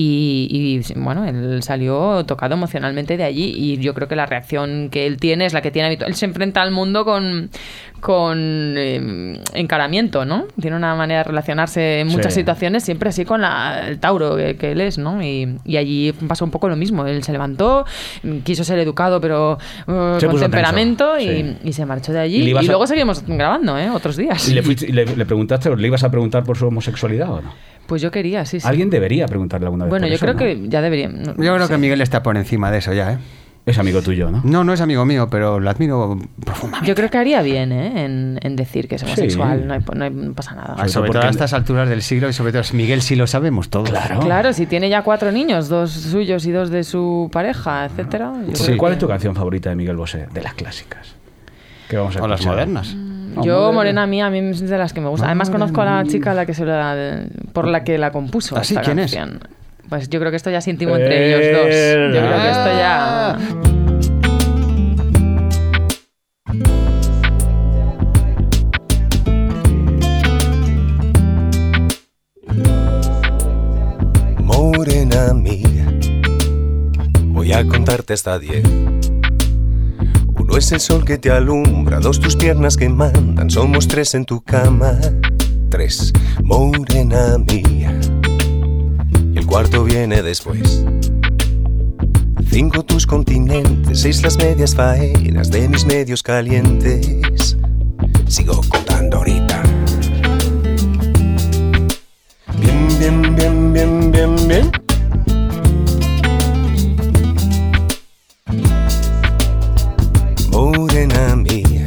Speaker 3: Y, y, bueno, él salió tocado emocionalmente de allí. Y yo creo que la reacción que él tiene es la que tiene habitual. Él se enfrenta al mundo con, con eh, encaramiento, ¿no? Tiene una manera de relacionarse en muchas
Speaker 2: Sí.
Speaker 3: situaciones siempre así con la- el Tauro que, que él es, ¿no? Y, y allí pasó un poco lo mismo. Él se levantó, quiso ser educado, pero eh,
Speaker 2: Se
Speaker 3: con
Speaker 2: puso tenso,
Speaker 3: temperamento y,
Speaker 2: sí.
Speaker 3: y se marchó de allí.
Speaker 2: Y le
Speaker 3: Y,
Speaker 2: ibas a-
Speaker 3: luego seguimos grabando, ¿eh? Otros días.
Speaker 2: ¿Y le, fuiste- y le- le preguntaste o le ibas a preguntar por su homosexualidad o no?
Speaker 3: Pues yo quería, sí, sí.
Speaker 2: Alguien debería preguntarle alguna vez.
Speaker 3: Bueno,
Speaker 2: por
Speaker 3: yo
Speaker 2: eso,
Speaker 3: creo
Speaker 2: ¿no?
Speaker 3: que ya debería. no-
Speaker 4: Yo creo
Speaker 3: no
Speaker 4: que
Speaker 3: sé.
Speaker 4: Miguel está por encima de eso ya, ¿eh?
Speaker 2: Es amigo tuyo, ¿no?
Speaker 4: No, no es amigo mío, pero lo admiro profundamente.
Speaker 3: Yo creo que haría bien, ¿eh? En, en decir que es homosexual. No, hay, po- no hay- no pasa nada.
Speaker 4: Ah, sobre
Speaker 2: todo
Speaker 4: todo a
Speaker 2: porque-
Speaker 4: estas alturas del siglo y sobre todo es Miguel sí lo sabemos todos.
Speaker 2: Claro.
Speaker 3: Claro, si tiene ya cuatro niños, dos suyos y dos de su pareja, etcétera. yo
Speaker 2: Porque
Speaker 3: creo
Speaker 2: ¿Cuál
Speaker 3: que-
Speaker 2: es tu canción favorita de Miguel Bosé? De las clásicas. Que vamos a
Speaker 4: O las
Speaker 2: escuchar.
Speaker 4: modernas.
Speaker 2: No,
Speaker 3: Yo,
Speaker 2: moderna.
Speaker 3: Morena Mía, a mí es de las que me gusta.
Speaker 2: Ah,
Speaker 3: Además, conozco a la chica a la que se la, por la que la compuso.
Speaker 4: ¿Ah, sí?
Speaker 3: esta
Speaker 4: ¿Quién es?
Speaker 3: canción. Pues yo creo que esto ya es íntimo entre ellos dos. Yo creo que esto
Speaker 2: Eh.
Speaker 3: ya.
Speaker 8: Morena mía, voy a contarte hasta diez. Uno es el sol que te alumbra, dos tus piernas que mandan, somos tres en tu cama. Tres, morena mía. Y el cuarto viene después. Cinco tus continentes, seis las medias faenas de mis medios calientes. Sigo contando ahorita. Bien, bien, bien, bien, bien, bien. Morena mía,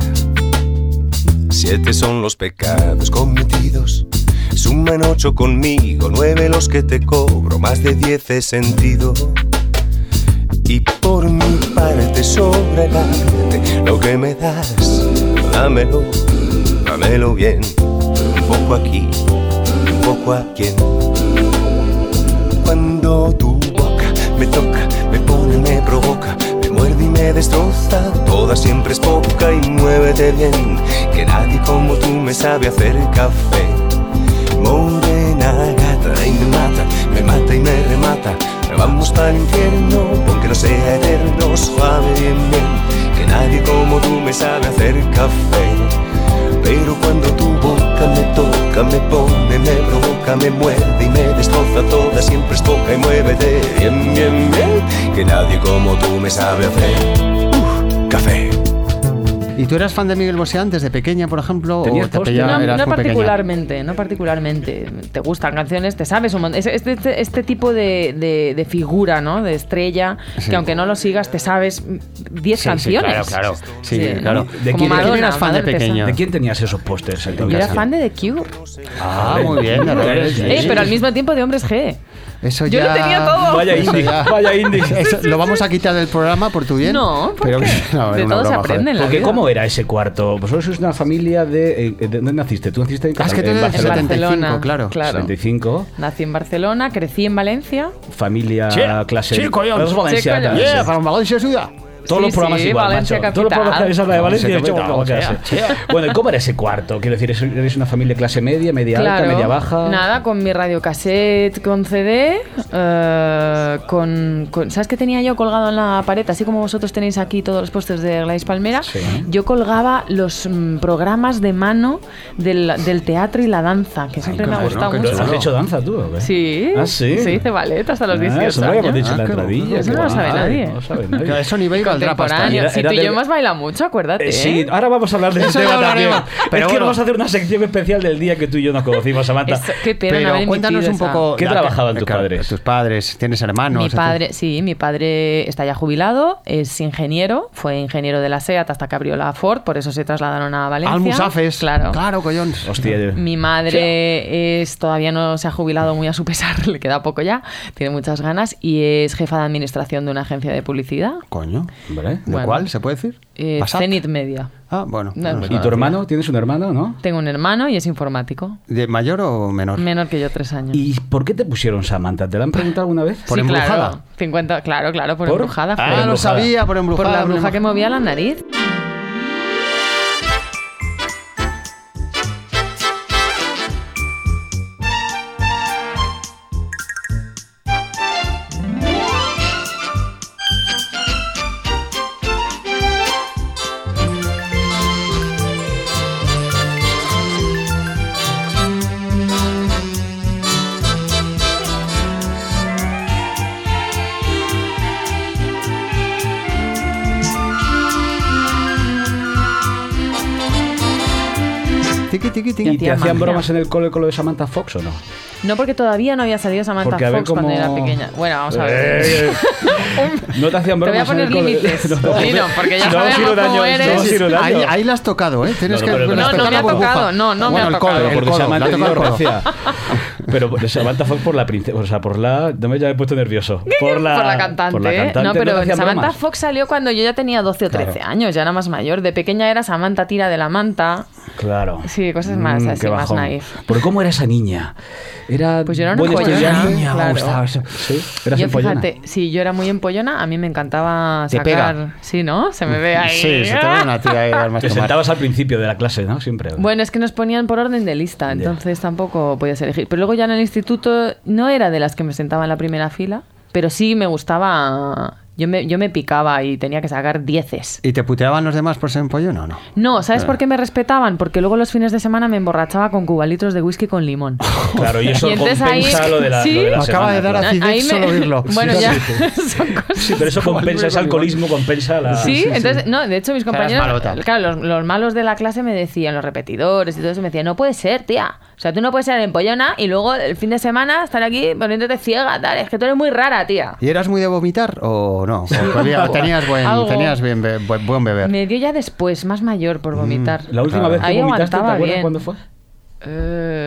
Speaker 8: siete son los pecados cometidos. Suman ocho conmigo, nueve los que te cobro, más de diez he sentido. Y por mi parte sobre la mente, lo que me das, dámelo, dámelo bien, un poco aquí, un poco a quien. Cuando tu boca me toca, me pone, me provoca, me muerde y me destroza, toda siempre es poca y muévete bien, que nadie como tú me sabe hacer café. Morena gata y me mata, me mata y me remata, pero vamos para el infierno, aunque no sea eterno, suave bien bien, que nadie como tú me sabe hacer café. Pero cuando tu boca me toca, me pone, me provoca, me muerde y me destroza, fuerza toda siempre es poca y muévete bien, bien, bien, que nadie como tú me sabe hacer. Uf, café.
Speaker 4: ¿Y tú eras fan de Miguel Bosé antes, de pequeña, por ejemplo?
Speaker 2: Tenías
Speaker 4: ¿O te
Speaker 2: póster.
Speaker 4: pillaba-
Speaker 2: Ya
Speaker 3: no,
Speaker 4: eras
Speaker 3: no
Speaker 4: muy pequeña?
Speaker 3: particularmente, no particularmente. Te gustan canciones, te sabes un montón. Es- Este, este, este tipo de, de- de figura, ¿no? De estrella,
Speaker 4: Sí.
Speaker 3: que aunque no lo sigas, te sabes 10
Speaker 4: Sí, sí,
Speaker 3: canciones.
Speaker 2: claro, claro.
Speaker 4: Sí,
Speaker 3: Sí.
Speaker 4: claro.
Speaker 2: ¿De
Speaker 3: Como
Speaker 2: quién- de quién
Speaker 3: Madonna,
Speaker 4: eras fan de
Speaker 3: Madonna te
Speaker 4: pequeña?
Speaker 3: sa-
Speaker 2: ¿De quién tenías esos pósters en tu
Speaker 3: Yo era
Speaker 2: casa?
Speaker 3: fan de The Cure.
Speaker 4: Ah, muy bien, de Rebeldes,
Speaker 2: Sí.
Speaker 4: sí.
Speaker 3: Eh, pero al mismo tiempo de hombres G.
Speaker 4: Eso
Speaker 3: Yo
Speaker 4: ya...
Speaker 3: lo tenía todo.
Speaker 2: Vaya
Speaker 4: Eso
Speaker 2: indie,
Speaker 4: ya-
Speaker 2: vaya indie.
Speaker 4: Eso, ¿Lo vamos a quitar del programa por tu bien?
Speaker 3: No, ¿por
Speaker 4: Pero-
Speaker 3: qué?
Speaker 4: No, era
Speaker 3: de
Speaker 4: una
Speaker 3: todo se
Speaker 4: broma,
Speaker 3: aprende
Speaker 4: joder.
Speaker 3: en la
Speaker 2: Porque
Speaker 3: vida.
Speaker 2: ¿cómo era ese cuarto? Vosotros sois una familia de... eh, ¿de ¿Dónde naciste? ¿Tú naciste en,
Speaker 4: Ah, es que tú
Speaker 2: en
Speaker 4: eres del
Speaker 3: En
Speaker 2: Barcelona?
Speaker 4: 75,
Speaker 3: Barcelona,
Speaker 4: claro.
Speaker 2: 75,
Speaker 3: Nací en Barcelona, crecí en Valencia.
Speaker 2: familia, clase...
Speaker 4: sí, coño.
Speaker 2: Todos valencianos.
Speaker 3: Eh, Sí, coño.
Speaker 2: Sí.
Speaker 4: Yeah, para un Valencia ciudad.
Speaker 2: Todos
Speaker 3: Sí,
Speaker 2: los programas
Speaker 3: sí,
Speaker 2: igual,
Speaker 3: Valencia
Speaker 2: macho. Todos los
Speaker 3: capital.
Speaker 2: programas que habéis hablado de Valencia,
Speaker 4: Valencia
Speaker 2: yo,
Speaker 4: capital,
Speaker 2: vamos, ¿qué
Speaker 4: o
Speaker 2: haces? Bueno, ¿y cómo era ese cuarto? Quiero decir, ¿es- ¿eres una familia clase media, media alta, media baja?
Speaker 3: Nada, con mi radiocassette con CD, eh, con, con- ¿Sabes qué tenía yo colgado en la pared? Así como vosotros tenéis aquí todos los pósters de Gladys Palmera,
Speaker 2: Sí.
Speaker 3: yo colgaba los mm, programas de mano del, del teatro y la danza,
Speaker 2: Ah,
Speaker 3: que siempre
Speaker 4: qué
Speaker 3: me ha
Speaker 4: bueno,
Speaker 3: gustado
Speaker 4: qué
Speaker 3: mucho.
Speaker 2: ¿Has
Speaker 4: chulo.
Speaker 2: hecho danza tú? o qué?
Speaker 3: Sí,
Speaker 2: Ah, sí.
Speaker 3: se hice ballet hasta los 18
Speaker 2: Ah, eso no lo habíamos
Speaker 3: años.
Speaker 2: dicho en la
Speaker 4: Ah, claro.
Speaker 2: entradilla,
Speaker 3: Eso
Speaker 2: qué
Speaker 3: no lo sabe
Speaker 2: guay,
Speaker 3: nadie.
Speaker 2: no lo sabe nadie.
Speaker 4: Claro, eso ni va y valdrá pasta.
Speaker 3: Contemporáneo.
Speaker 2: Era-
Speaker 3: Si
Speaker 2: era
Speaker 3: tú y
Speaker 2: del-
Speaker 3: yo hemos bailado mucho, acuérdate.
Speaker 2: Eh,
Speaker 3: ¿eh?
Speaker 2: Sí, ahora vamos a hablar de
Speaker 4: Eso
Speaker 2: ese
Speaker 4: ya
Speaker 2: tema también.
Speaker 4: hablaremos. Pero
Speaker 2: es que
Speaker 4: bueno.
Speaker 2: vamos a hacer una sección especial del día que tú y yo nos conocimos, Samantha.
Speaker 3: Eso- qué pena no
Speaker 4: Pero
Speaker 3: haber
Speaker 4: cuéntanos
Speaker 3: eh, emitido
Speaker 4: un
Speaker 3: esa.
Speaker 4: poco...
Speaker 2: ¿Qué
Speaker 4: Ya,
Speaker 2: trabajaban tus
Speaker 4: claro,
Speaker 2: padres?
Speaker 4: Tus padres, tienes hermanos.
Speaker 3: Mi
Speaker 4: o tú-
Speaker 3: padre, sí, mi padre está ya jubilado, es ingeniero, fue ingeniero de la SEAT hasta que abrió la Ford, por eso se trasladaron a Valencia.
Speaker 4: Al Ah, Musafes.
Speaker 3: Claro.
Speaker 4: Claro, collón.
Speaker 2: Hostia, yo-
Speaker 3: Mi madre es todavía no se ha jubilado muy a su pesar, le queda poco ya, tiene muchas ganas y es jefa de administración de una agencia de publicidad,
Speaker 4: Coño.
Speaker 2: Hombre.
Speaker 4: ¿De
Speaker 3: Bueno.
Speaker 4: cuál se puede decir?
Speaker 3: eh,
Speaker 4: ¿Pasap?
Speaker 3: Zenit Media.
Speaker 4: Ah, bueno.
Speaker 3: No,
Speaker 4: no
Speaker 3: no.
Speaker 4: sé.
Speaker 2: ¿Y tu hermano? ¿Tienes un hermano, no?
Speaker 3: Tengo un hermano y es informático,
Speaker 4: ¿De mayor o menor?
Speaker 3: menor que yo tres años.
Speaker 2: ¿Y por qué te pusieron Samantha? ¿Te la han preguntado alguna vez?
Speaker 4: por
Speaker 3: Sí, Claro,
Speaker 4: embrujada?
Speaker 3: 50, claro, claro, por,
Speaker 2: ¿Por?
Speaker 3: embrujada. fue.
Speaker 2: Por
Speaker 4: Ah, lo
Speaker 2: embrujada.
Speaker 4: sabía, por
Speaker 3: por
Speaker 4: embrujada.
Speaker 3: la bruja que movía la nariz.
Speaker 4: Tiqui, tiqui, tiqui.
Speaker 2: ¿Y te
Speaker 3: Tía
Speaker 2: hacían
Speaker 3: magia.
Speaker 2: bromas en el cole con lo de Samantha Fox o no?
Speaker 3: No, porque todavía no había salido Samantha
Speaker 2: Porque a ver
Speaker 3: Fox cuando
Speaker 2: cómo-
Speaker 3: era pequeña. Bueno, vamos a ver.
Speaker 2: Eh, no te hacían
Speaker 3: Te voy a
Speaker 2: bromas en el
Speaker 3: poner
Speaker 2: cole.
Speaker 3: límites. Nino, porque ya
Speaker 2: No,
Speaker 3: sabemos
Speaker 2: Ciro
Speaker 3: cómo
Speaker 2: Daño,
Speaker 3: eres.
Speaker 2: no,
Speaker 4: Sí, sí,
Speaker 2: Ciro
Speaker 4: ahí,
Speaker 2: Daño.
Speaker 4: ahí la has tocado, ¿eh? Tienes
Speaker 2: No,
Speaker 4: que
Speaker 2: no, pero-
Speaker 4: respetar
Speaker 2: No, no
Speaker 3: me
Speaker 4: la
Speaker 3: ha
Speaker 4: burbuja.
Speaker 3: tocado, no, no me
Speaker 4: Bueno,
Speaker 3: ha
Speaker 4: el
Speaker 3: tocado.
Speaker 4: codo,
Speaker 2: Pero
Speaker 4: el
Speaker 2: porque
Speaker 4: codo,
Speaker 2: Samantha
Speaker 4: la ha tocado el
Speaker 2: Fox
Speaker 4: codo.
Speaker 2: Pero Samantha Fox por la princesa. O sea, por la. No me ya me he puesto nervioso. Por la,
Speaker 3: por la cantante.
Speaker 2: por la
Speaker 3: ¿eh?
Speaker 2: cantante,
Speaker 3: no, pero
Speaker 2: te hacían
Speaker 3: Samantha
Speaker 2: bromas?
Speaker 3: Fox salió cuando yo ya tenía 12 o 13
Speaker 2: Claro.
Speaker 3: años, ya era más mayor. De pequeña era Samantha tira de la manta.
Speaker 2: Claro. Mm,
Speaker 3: Sí, cosas más así,
Speaker 2: qué
Speaker 3: más
Speaker 2: bajón.
Speaker 3: naif.
Speaker 2: ¿Por cómo era esa niña? Era
Speaker 3: Pues yo era una
Speaker 2: buen
Speaker 3: joyona,
Speaker 2: estudiante.
Speaker 3: Niña, me claro. gustaba
Speaker 2: eso. Sí, eras
Speaker 3: yo
Speaker 2: empollona.
Speaker 3: fíjate, sí, yo era muy empollona, a mí me encantaba
Speaker 4: Te
Speaker 3: sacar.
Speaker 4: pega.
Speaker 3: Sí, ¿no? Se me ve ahí.
Speaker 4: Sí, se te ve una tía ahí al más
Speaker 2: Te
Speaker 4: tomar.
Speaker 2: sentabas al principio de la clase, ¿no? Siempre.
Speaker 3: Bueno, es que nos ponían por orden de lista, entonces tampoco podías elegir. Pero luego ya en el instituto no era de las que me sentaba en la primera fila, pero sí me gustaba. Yo me, yo me picaba y tenía que sacar dieces.
Speaker 4: ¿Y te puteaban los demás por ser empollón o no?
Speaker 3: No, ¿sabes
Speaker 2: Ah.
Speaker 3: por qué me respetaban? Porque luego los fines de semana me emborrachaba con cubalitos de whisky con limón.
Speaker 2: Claro, y eso
Speaker 3: Y entonces
Speaker 2: compensa
Speaker 3: ahí-
Speaker 2: lo de la,
Speaker 3: ¿Sí?
Speaker 2: lo de la
Speaker 4: Me acaba
Speaker 2: semana,
Speaker 4: Ah, de dar
Speaker 2: claro.
Speaker 4: a- Acidez
Speaker 3: Ahí
Speaker 4: solo oírlo.
Speaker 3: Bueno,
Speaker 4: Sí,
Speaker 3: ya
Speaker 4: sí, Ah,
Speaker 3: son cosas.
Speaker 2: Sí, pero eso compensa, ese alcoholismo compensa la...
Speaker 3: Sí, entonces, no, de hecho mis
Speaker 4: eras
Speaker 3: compañeros,
Speaker 4: malota.
Speaker 3: claro, los, los malos de la clase me decían, los repetidores y todo eso, me decían, no puede ser, tía. O sea, tú no puedes ser empollona y luego el fin de semana estar aquí poniéndote ciega, tal, es que tú eres muy rara, tía.
Speaker 4: ¿Y eras muy de vomitar o no? O podía- o Pues tenías buen,
Speaker 3: Algo.
Speaker 4: tenías bien be- buen, buen beber.
Speaker 3: Me dio ya después, más mayor, por vomitar.
Speaker 2: Mm. La última vez que
Speaker 3: Ahí
Speaker 2: vomitaste, ¿te
Speaker 3: aguantaba
Speaker 2: acuerdas
Speaker 3: bien.
Speaker 2: cuándo fue?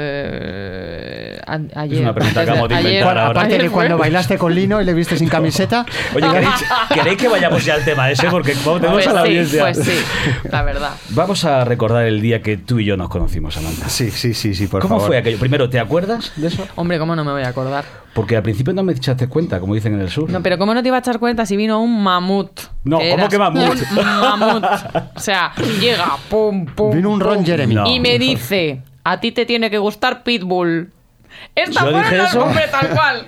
Speaker 3: Eh, an- ayer.
Speaker 2: una pregunta que
Speaker 3: antes
Speaker 2: acabamos de
Speaker 3: ayer-
Speaker 2: inventar ahora.
Speaker 4: Aparte
Speaker 3: ayer
Speaker 4: de
Speaker 3: fue.
Speaker 4: cuando bailaste con Lino y le viste sin camiseta.
Speaker 2: Oye, ¿queréis, queréis que vayamos ya al tema ese? Porque vamos, tenemos
Speaker 3: Pues
Speaker 2: a la
Speaker 3: sí,
Speaker 2: audiencia.
Speaker 3: pues sí, la verdad.
Speaker 2: Vamos a recordar el día que tú y yo nos conocimos, Samantha.
Speaker 4: Sí, sí, sí, sí, por
Speaker 2: ¿Cómo
Speaker 4: favor.
Speaker 2: fue aquello? Primero, ¿te acuerdas de eso?
Speaker 3: Hombre, ¿cómo no me voy a acordar?
Speaker 2: Porque al principio no me echaste cuenta, como dicen en el sur.
Speaker 3: No, pero ¿cómo no te iba a echar cuenta si vino un mamut?
Speaker 2: No, ¿cómo
Speaker 3: eras
Speaker 2: que mamut?
Speaker 3: Un mamut. O sea, llega, pum, pum.
Speaker 4: Vino un
Speaker 3: pum,
Speaker 4: Ron Jeremy.
Speaker 2: No.
Speaker 3: Y me dice, a ti te tiene que gustar Pitbull. Esta
Speaker 2: Yo
Speaker 3: fue
Speaker 2: dije
Speaker 3: la
Speaker 2: eso.
Speaker 3: nombre tal cual.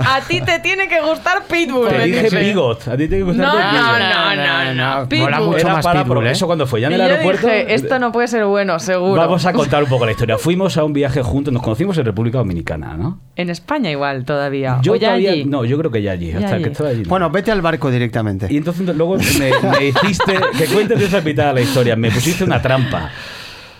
Speaker 3: A ti te tiene que gustar Pitbull.
Speaker 2: Te dije bigot. A ti te gusta
Speaker 3: No,
Speaker 2: el bigot?
Speaker 3: no, no, no, no. Pitbull.
Speaker 9: Mola mucho
Speaker 2: Era
Speaker 9: más
Speaker 2: para
Speaker 9: Pitbull,
Speaker 2: porque
Speaker 9: ¿eh?
Speaker 2: eso cuando fue Pues ya
Speaker 3: Y
Speaker 2: en
Speaker 3: yo
Speaker 2: el aeropuerto.
Speaker 3: dije, esto no puede ser bueno, seguro.
Speaker 2: Vamos a contar un poco la historia. Fuimos a un viaje juntos, nos conocimos en República Dominicana, ¿no?
Speaker 3: En España igual todavía. o ya
Speaker 2: todavía-
Speaker 3: allí.
Speaker 2: No, yo creo que ya allí.
Speaker 3: Ya
Speaker 2: hasta
Speaker 3: allí.
Speaker 2: que estaba allí. no.
Speaker 4: Bueno, vete al barco
Speaker 2: Y
Speaker 4: directamente.
Speaker 2: entonces luego me, me hiciste. Que cuentes esa mitad de la historia. Me pusiste una trampa.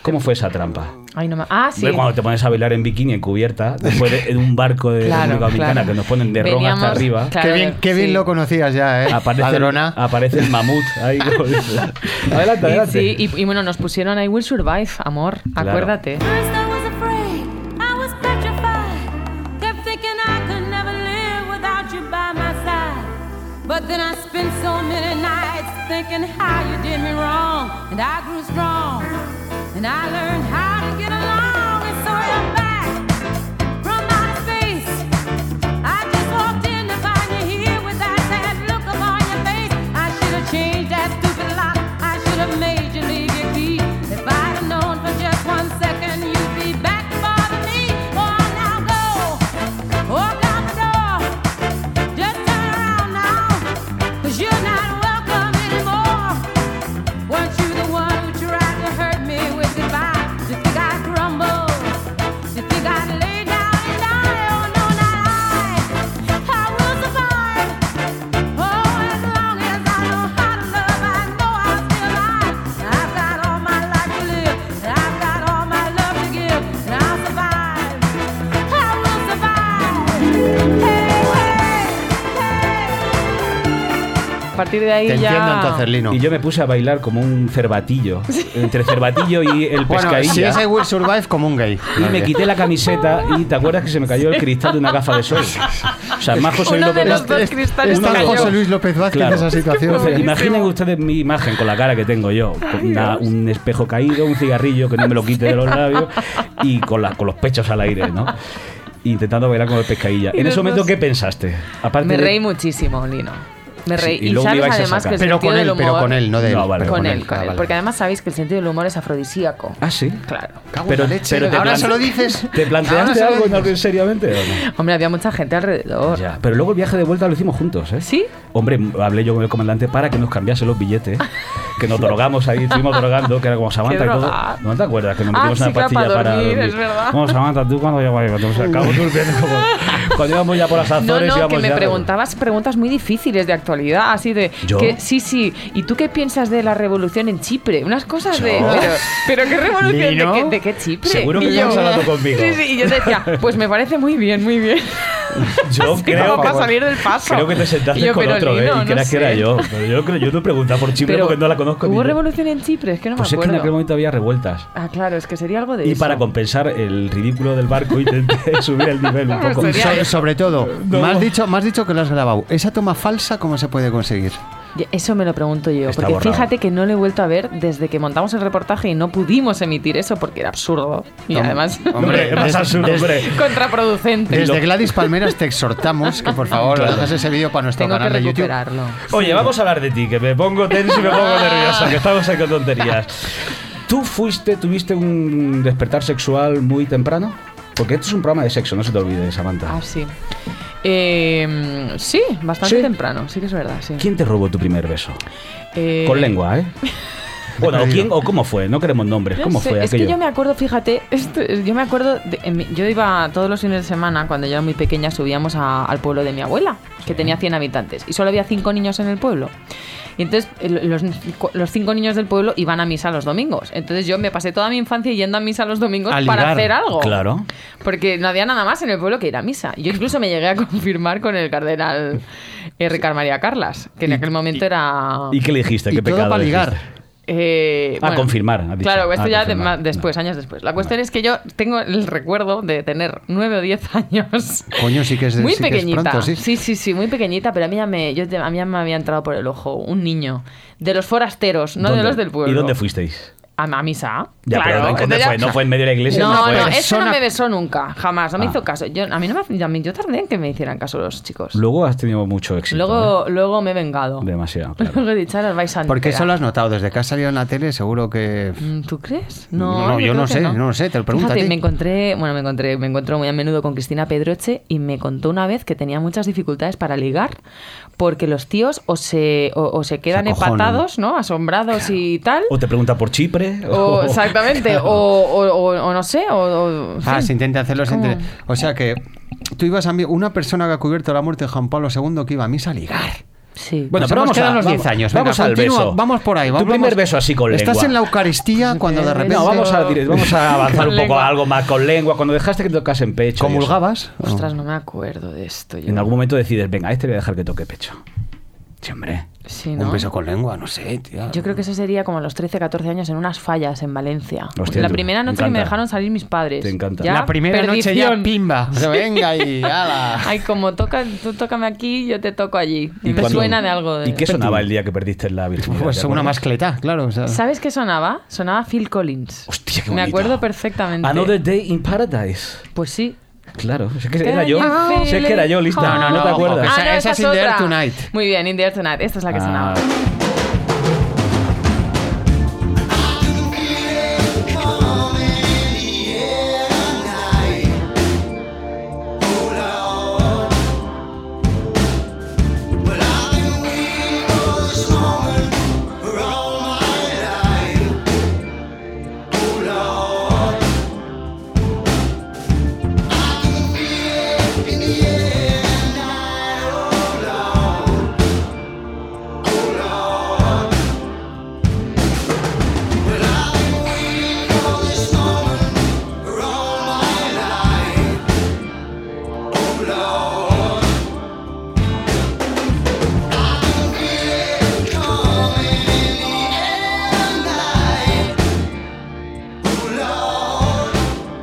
Speaker 2: ¿Cómo fue esa trampa?
Speaker 3: Ay, no me- Ah, sí.
Speaker 2: Ve Cuando te pones a bailar en bikini, en cubierta, después de, en un barco de
Speaker 3: Claro,
Speaker 2: República Dominicana
Speaker 3: claro.
Speaker 2: que nos ponen de ron hasta
Speaker 3: Veníamos-
Speaker 2: arriba.
Speaker 3: claro,
Speaker 4: qué bien, qué bien
Speaker 3: sí.
Speaker 4: lo conocías ya, ¿eh?
Speaker 2: Aparece, el,
Speaker 4: Ladrona.
Speaker 2: aparece el mamut ahí. como dice. adelante,
Speaker 3: Y,
Speaker 2: adelante.
Speaker 3: sí, y, y bueno, nos pusieron I Will Survive, amor,
Speaker 2: Claro.
Speaker 3: acuérdate.
Speaker 10: First I was afraid, I was petrified. Kept thinking I could never live without you by my side. But then I spent so many nights thinking how you did me wrong. And I grew strong, and I learned how to get along. And so I'm back from outer space. I just walked in to find you here with that sad look upon your face. I should have changed that stupid lock. I should have made you leave your key. If I'd have known for just one second you'd be back bothering me, oh now go, Oh, walk out the door, just turn around now, 'cause you're not welcome anymore. Weren't you the one who tried to hurt me with goodbye? You think I crumbled? You think I'd lay down and die? Oh no, not I. I will survive. Oh, as long as I know how to love, I know I'll still alive. I've got all my life to live, and I've got all my love to give, and I'll survive. I will survive. Hey, hey, hey.
Speaker 3: A partir de ahí
Speaker 4: Te
Speaker 3: ya.
Speaker 4: entiendo entonces, Lino.
Speaker 2: Y yo me puse a bailar como un cervatillo. Entre cervatillo y el
Speaker 4: Bueno,
Speaker 2: pescadilla.
Speaker 4: si es I Will Survive, como un gay.
Speaker 2: Y me quité la camiseta y te acuerdas que se me cayó el cristal de una gafa de sol. O sea, más José
Speaker 3: Uno
Speaker 2: Luis
Speaker 3: de
Speaker 2: López
Speaker 3: los
Speaker 2: Vázquez.
Speaker 4: Este
Speaker 3: dos cristales
Speaker 2: uno
Speaker 4: Está
Speaker 2: de
Speaker 3: cayó.
Speaker 2: los
Speaker 4: José Luis López Vázquez
Speaker 2: Claro.
Speaker 4: en esa situación.
Speaker 2: Entonces, imaginen ustedes mi imagen con la cara que tengo yo, con una- un espejo caído, un cigarrillo que no me lo quite de los labios y con, la- con los pechos al aire, ¿no? Intentando bailar con el pescadilla.
Speaker 3: Y
Speaker 2: En
Speaker 3: los
Speaker 2: ese momento,
Speaker 3: dos.
Speaker 2: ¿qué pensaste? Aparte
Speaker 3: Me
Speaker 2: de-
Speaker 3: reí muchísimo, Lino. Me
Speaker 2: Sí,
Speaker 3: reí.
Speaker 2: y
Speaker 3: y
Speaker 2: luego me
Speaker 3: sabes
Speaker 2: ibais a
Speaker 3: además
Speaker 2: sacar.
Speaker 3: que el
Speaker 4: Pero
Speaker 3: sentido
Speaker 4: con
Speaker 3: del
Speaker 4: él,
Speaker 3: humor.
Speaker 4: pero con él, no de él.
Speaker 2: No, vale,
Speaker 3: con,
Speaker 2: con
Speaker 3: él,
Speaker 2: él.
Speaker 3: con
Speaker 4: Ah,
Speaker 3: él.
Speaker 4: vale.
Speaker 3: Porque además sabéis que el sentido del humor es afrodisíaco.
Speaker 2: Ah, sí.
Speaker 3: Claro.
Speaker 4: Cago en la leche,
Speaker 2: te
Speaker 4: ahora
Speaker 2: plan-
Speaker 4: se lo dices.
Speaker 2: ¿Te
Speaker 4: Ahora
Speaker 2: planteaste
Speaker 4: se lo
Speaker 2: algo
Speaker 4: dices.
Speaker 2: en- seriamente o no?
Speaker 3: Hombre, había mucha gente alrededor.
Speaker 2: Ya, pero luego el viaje de vuelta lo hicimos juntos, ¿eh?
Speaker 3: ¿Sí?
Speaker 2: Hombre, hablé yo con el comandante para que nos cambiase los billetes, que nos drogamos ahí, estuvimos drogando, que era como Samantha
Speaker 3: Qué
Speaker 2: y todo.
Speaker 3: droga.
Speaker 2: ¿No te acuerdas que nos
Speaker 3: Ah,
Speaker 2: metimos
Speaker 3: sí,
Speaker 2: una
Speaker 3: claro,
Speaker 2: pastilla
Speaker 3: para
Speaker 2: para,
Speaker 3: dormir, es verdad.
Speaker 2: Vamos, Samantha, tú cuando llevas, cuando se acabó, tú vienes como... Cuando íbamos ya por las
Speaker 3: No,
Speaker 2: Azores,
Speaker 3: no,
Speaker 2: íbamos
Speaker 3: que me
Speaker 2: ya-
Speaker 3: preguntabas preguntas muy difíciles de actualidad, así de
Speaker 2: ¿Yo?
Speaker 3: que sí, sí. ¿Y tú qué piensas de la revolución en Chipre? Unas cosas de
Speaker 2: ¿Yo?
Speaker 3: pero, pero qué revolución
Speaker 4: Lino,
Speaker 3: de qué, de qué Chipre?
Speaker 2: seguro que
Speaker 3: Y yo-
Speaker 2: estabas hablando conmigo.
Speaker 3: Sí, sí, y yo decía, pues me parece muy bien, muy bien.
Speaker 2: Yo
Speaker 3: Así
Speaker 2: creo
Speaker 3: como para
Speaker 2: que...
Speaker 3: salir del paso.
Speaker 2: Creo que te
Speaker 3: Y
Speaker 2: sentaste
Speaker 3: yo,
Speaker 2: con
Speaker 3: pero
Speaker 2: otro, ¿eh?
Speaker 3: Lino,
Speaker 2: Y creas
Speaker 3: no
Speaker 2: que era
Speaker 3: sé.
Speaker 2: yo. Pero yo, creo, yo no he preguntado por Chipre
Speaker 3: Pero,
Speaker 2: porque no la conozco. ni
Speaker 3: ¿Hubo
Speaker 2: yo.
Speaker 3: revolución en Chipre? Es que no
Speaker 2: Pues
Speaker 3: me
Speaker 2: es que en
Speaker 3: acuerdo.
Speaker 2: aquel momento había revueltas.
Speaker 3: Ah, claro, es que sería algo de
Speaker 2: Y
Speaker 3: eso.
Speaker 2: para compensar el ridículo del barco intenté subir el nivel un poco.
Speaker 3: Sería-
Speaker 4: So- sobre todo,
Speaker 2: No.
Speaker 4: me, has dicho, me has dicho que lo has grabado. ¿Esa toma falsa cómo se puede conseguir?
Speaker 3: Ya, Eso me lo pregunto yo,
Speaker 2: Está
Speaker 3: porque
Speaker 2: borrado.
Speaker 3: fíjate que no lo he vuelto a ver desde que montamos el reportaje y no pudimos emitir eso porque era absurdo y
Speaker 4: Tom-
Speaker 3: además
Speaker 2: Hombre, es más
Speaker 4: des-
Speaker 2: absurdo,
Speaker 4: des-
Speaker 2: hombre.
Speaker 3: contraproducente.
Speaker 4: Desde Gladys Palmeras te exhortamos que por favor
Speaker 2: Claro.
Speaker 4: hagas ese vídeo para nuestro
Speaker 3: Tengo que
Speaker 4: canal de YouTube.
Speaker 3: recuperarlo.
Speaker 2: Oye, vamos a hablar de ti, que me pongo tenso y me pongo nerviosa, que estamos ahí con tonterías. ¿Tú fuiste, tuviste un despertar sexual muy temprano? Porque esto es un programa de sexo, no se te olvide, Samantha.
Speaker 3: Ah, sí. Eh, sí, bastante
Speaker 2: Sí.
Speaker 3: temprano, sí que es verdad, sí.
Speaker 2: ¿Quién te robó tu primer beso?
Speaker 3: Eh,
Speaker 2: Con lengua, ¿eh? Bueno, ¿o quién o cómo fue? No queremos nombres.
Speaker 3: no
Speaker 2: ¿Cómo
Speaker 3: sé,
Speaker 2: fue
Speaker 3: es que
Speaker 2: aquello?
Speaker 3: yo me acuerdo, fíjate, esto- yo me acuerdo, de- en mi- yo iba todos los fines de semana, cuando yo era muy pequeña, subíamos a- al pueblo de mi abuela, que tenía 100 habitantes, y solo había 5 niños en el pueblo. Y entonces eh, los, los cinco niños del pueblo iban a misa los domingos. Entonces yo me pasé toda mi infancia yendo a misa los domingos
Speaker 4: A
Speaker 3: para
Speaker 4: ligar,
Speaker 3: hacer algo.
Speaker 2: Claro.
Speaker 3: Porque no había nada más en el pueblo que ir a misa. Yo incluso me llegué a confirmar con el cardenal eh, Ricardo María Carlas, que en aquel momento era...
Speaker 2: ¿Y qué le dijiste? ¿Qué
Speaker 4: Y todo
Speaker 2: pecado
Speaker 4: para
Speaker 2: le
Speaker 4: ligar.
Speaker 2: dijiste?
Speaker 3: Eh,
Speaker 2: Ah, confirmar, has dicho.
Speaker 3: Claro, esto
Speaker 2: Ah,
Speaker 3: ya de-
Speaker 2: confirmar.
Speaker 3: más después,
Speaker 2: No.
Speaker 3: años después. La cuestión es que yo tengo el recuerdo de tener nueve o diez años.
Speaker 4: Coño, sí que es-
Speaker 3: muy
Speaker 4: sí que es
Speaker 3: pequeñita.
Speaker 4: pronto, sí.
Speaker 3: sí, sí, sí, muy pequeñita, pero a mí ya me, yo te- a mí ya me había entrado por el ojo un niño de los forasteros, no de
Speaker 2: ¿Dónde?
Speaker 3: los del pueblo.
Speaker 2: ¿Y dónde fuisteis?
Speaker 3: a, a misa.
Speaker 2: Ya,
Speaker 3: claro,
Speaker 2: pero ¿dónde
Speaker 3: entonces
Speaker 2: fue?
Speaker 3: ya-
Speaker 2: No fue en medio de la iglesia.
Speaker 3: No,
Speaker 2: fue-
Speaker 3: no, eso no me besó nunca, jamás, no me
Speaker 2: Ah.
Speaker 3: hizo caso. Yo, a mí no me, a mí- yo tardé en que me hicieran caso los chicos.
Speaker 2: Luego has tenido mucho éxito.
Speaker 3: luego, luego me he vengado.
Speaker 2: ¿eh? Demasiado. claro.
Speaker 3: Luego he dicho, ahora os vais a
Speaker 4: Porque eso lo
Speaker 3: enterar.
Speaker 4: has notado. Desde que has salido en la tele, seguro que.
Speaker 3: Mm, ¿Tú crees?
Speaker 4: No,
Speaker 3: No,
Speaker 4: yo
Speaker 3: creo
Speaker 4: no
Speaker 3: que
Speaker 4: sé, no lo sé, te lo pregunto a
Speaker 3: Fíjate,
Speaker 4: ti.
Speaker 3: me encontré, bueno, me encontré, me encuentro muy a menudo con Cristina Pedroche y me contó una vez que tenía muchas dificultades para ligar porque los tíos o se, o, o se quedan
Speaker 2: acojonan.
Speaker 3: empatados, ¿no? Asombrados y tal.
Speaker 2: O te pregunta por Chipre.
Speaker 3: O, exactamente, o, o- o- o no sé, o, o-
Speaker 4: Ah,
Speaker 3: Mm, sí.
Speaker 4: se intenta hacerlos
Speaker 3: ¿Cómo?
Speaker 4: entre. O sea que tú ibas a mi- una persona que ha cubierto la muerte de Juan Pablo II que iba a misa a ligar.
Speaker 3: Sí.
Speaker 4: Nos hemos quedado en los 10 años. Venga,
Speaker 2: vamos al
Speaker 4: continúa,
Speaker 2: beso.
Speaker 4: Vamos por ahí.
Speaker 2: Tu
Speaker 4: vamos-
Speaker 2: primer beso así con
Speaker 4: Estás
Speaker 2: lengua.
Speaker 4: en la Eucaristía cuando de repente.
Speaker 2: No, vamos a, dire- vamos a avanzar
Speaker 3: Con
Speaker 2: un poco
Speaker 3: lengua.
Speaker 2: a algo más con lengua. Cuando dejaste que tocasen pecho. y eso.
Speaker 4: ¿Comulgabas?
Speaker 3: Ostras, no me acuerdo de esto. yo.
Speaker 2: En algún momento decides, venga, a este voy a dejar que toque pecho. Sí, hombre.
Speaker 3: Sí, ¿no?
Speaker 4: Un beso con lengua, no sé, tía.
Speaker 3: Yo creo que eso sería como a los 13, 14 años en unas fallas en Valencia.
Speaker 2: Hostia,
Speaker 3: la
Speaker 2: tú,
Speaker 3: primera
Speaker 2: me
Speaker 3: noche que me
Speaker 2: encanta.
Speaker 3: dejaron salir mis padres.
Speaker 2: Te encanta.
Speaker 3: Ya,
Speaker 4: La primera noche ya,
Speaker 3: perdición.
Speaker 4: pimba. O sea, venga y ala.
Speaker 3: Ay, como toca, tú tócame aquí, yo te toco allí. Y, me
Speaker 2: cuando-
Speaker 3: suena de algo. de-
Speaker 2: ¿Y qué sonaba el día que perdiste la virginidad?
Speaker 4: Pues
Speaker 2: ¿te
Speaker 4: una
Speaker 2: acuerdas?
Speaker 4: mascleta, claro. o sea.
Speaker 3: ¿Sabes qué sonaba? Sonaba Phil Collins.
Speaker 2: Hostia, qué Ah,
Speaker 3: Me
Speaker 2: bonito.
Speaker 3: acuerdo perfectamente.
Speaker 2: Another Day in Paradise.
Speaker 3: Pues sí.
Speaker 2: Claro, es que era yo. Sé que era yo, lista.
Speaker 3: No,
Speaker 4: no,
Speaker 2: te
Speaker 4: no,
Speaker 2: acuerdas.
Speaker 4: Esa-
Speaker 3: no,
Speaker 4: Ah, esa es In the Air
Speaker 3: otra.
Speaker 4: Tonight.
Speaker 3: Muy bien, In the Air Tonight. Esta es la que sonaba.
Speaker 2: Ah,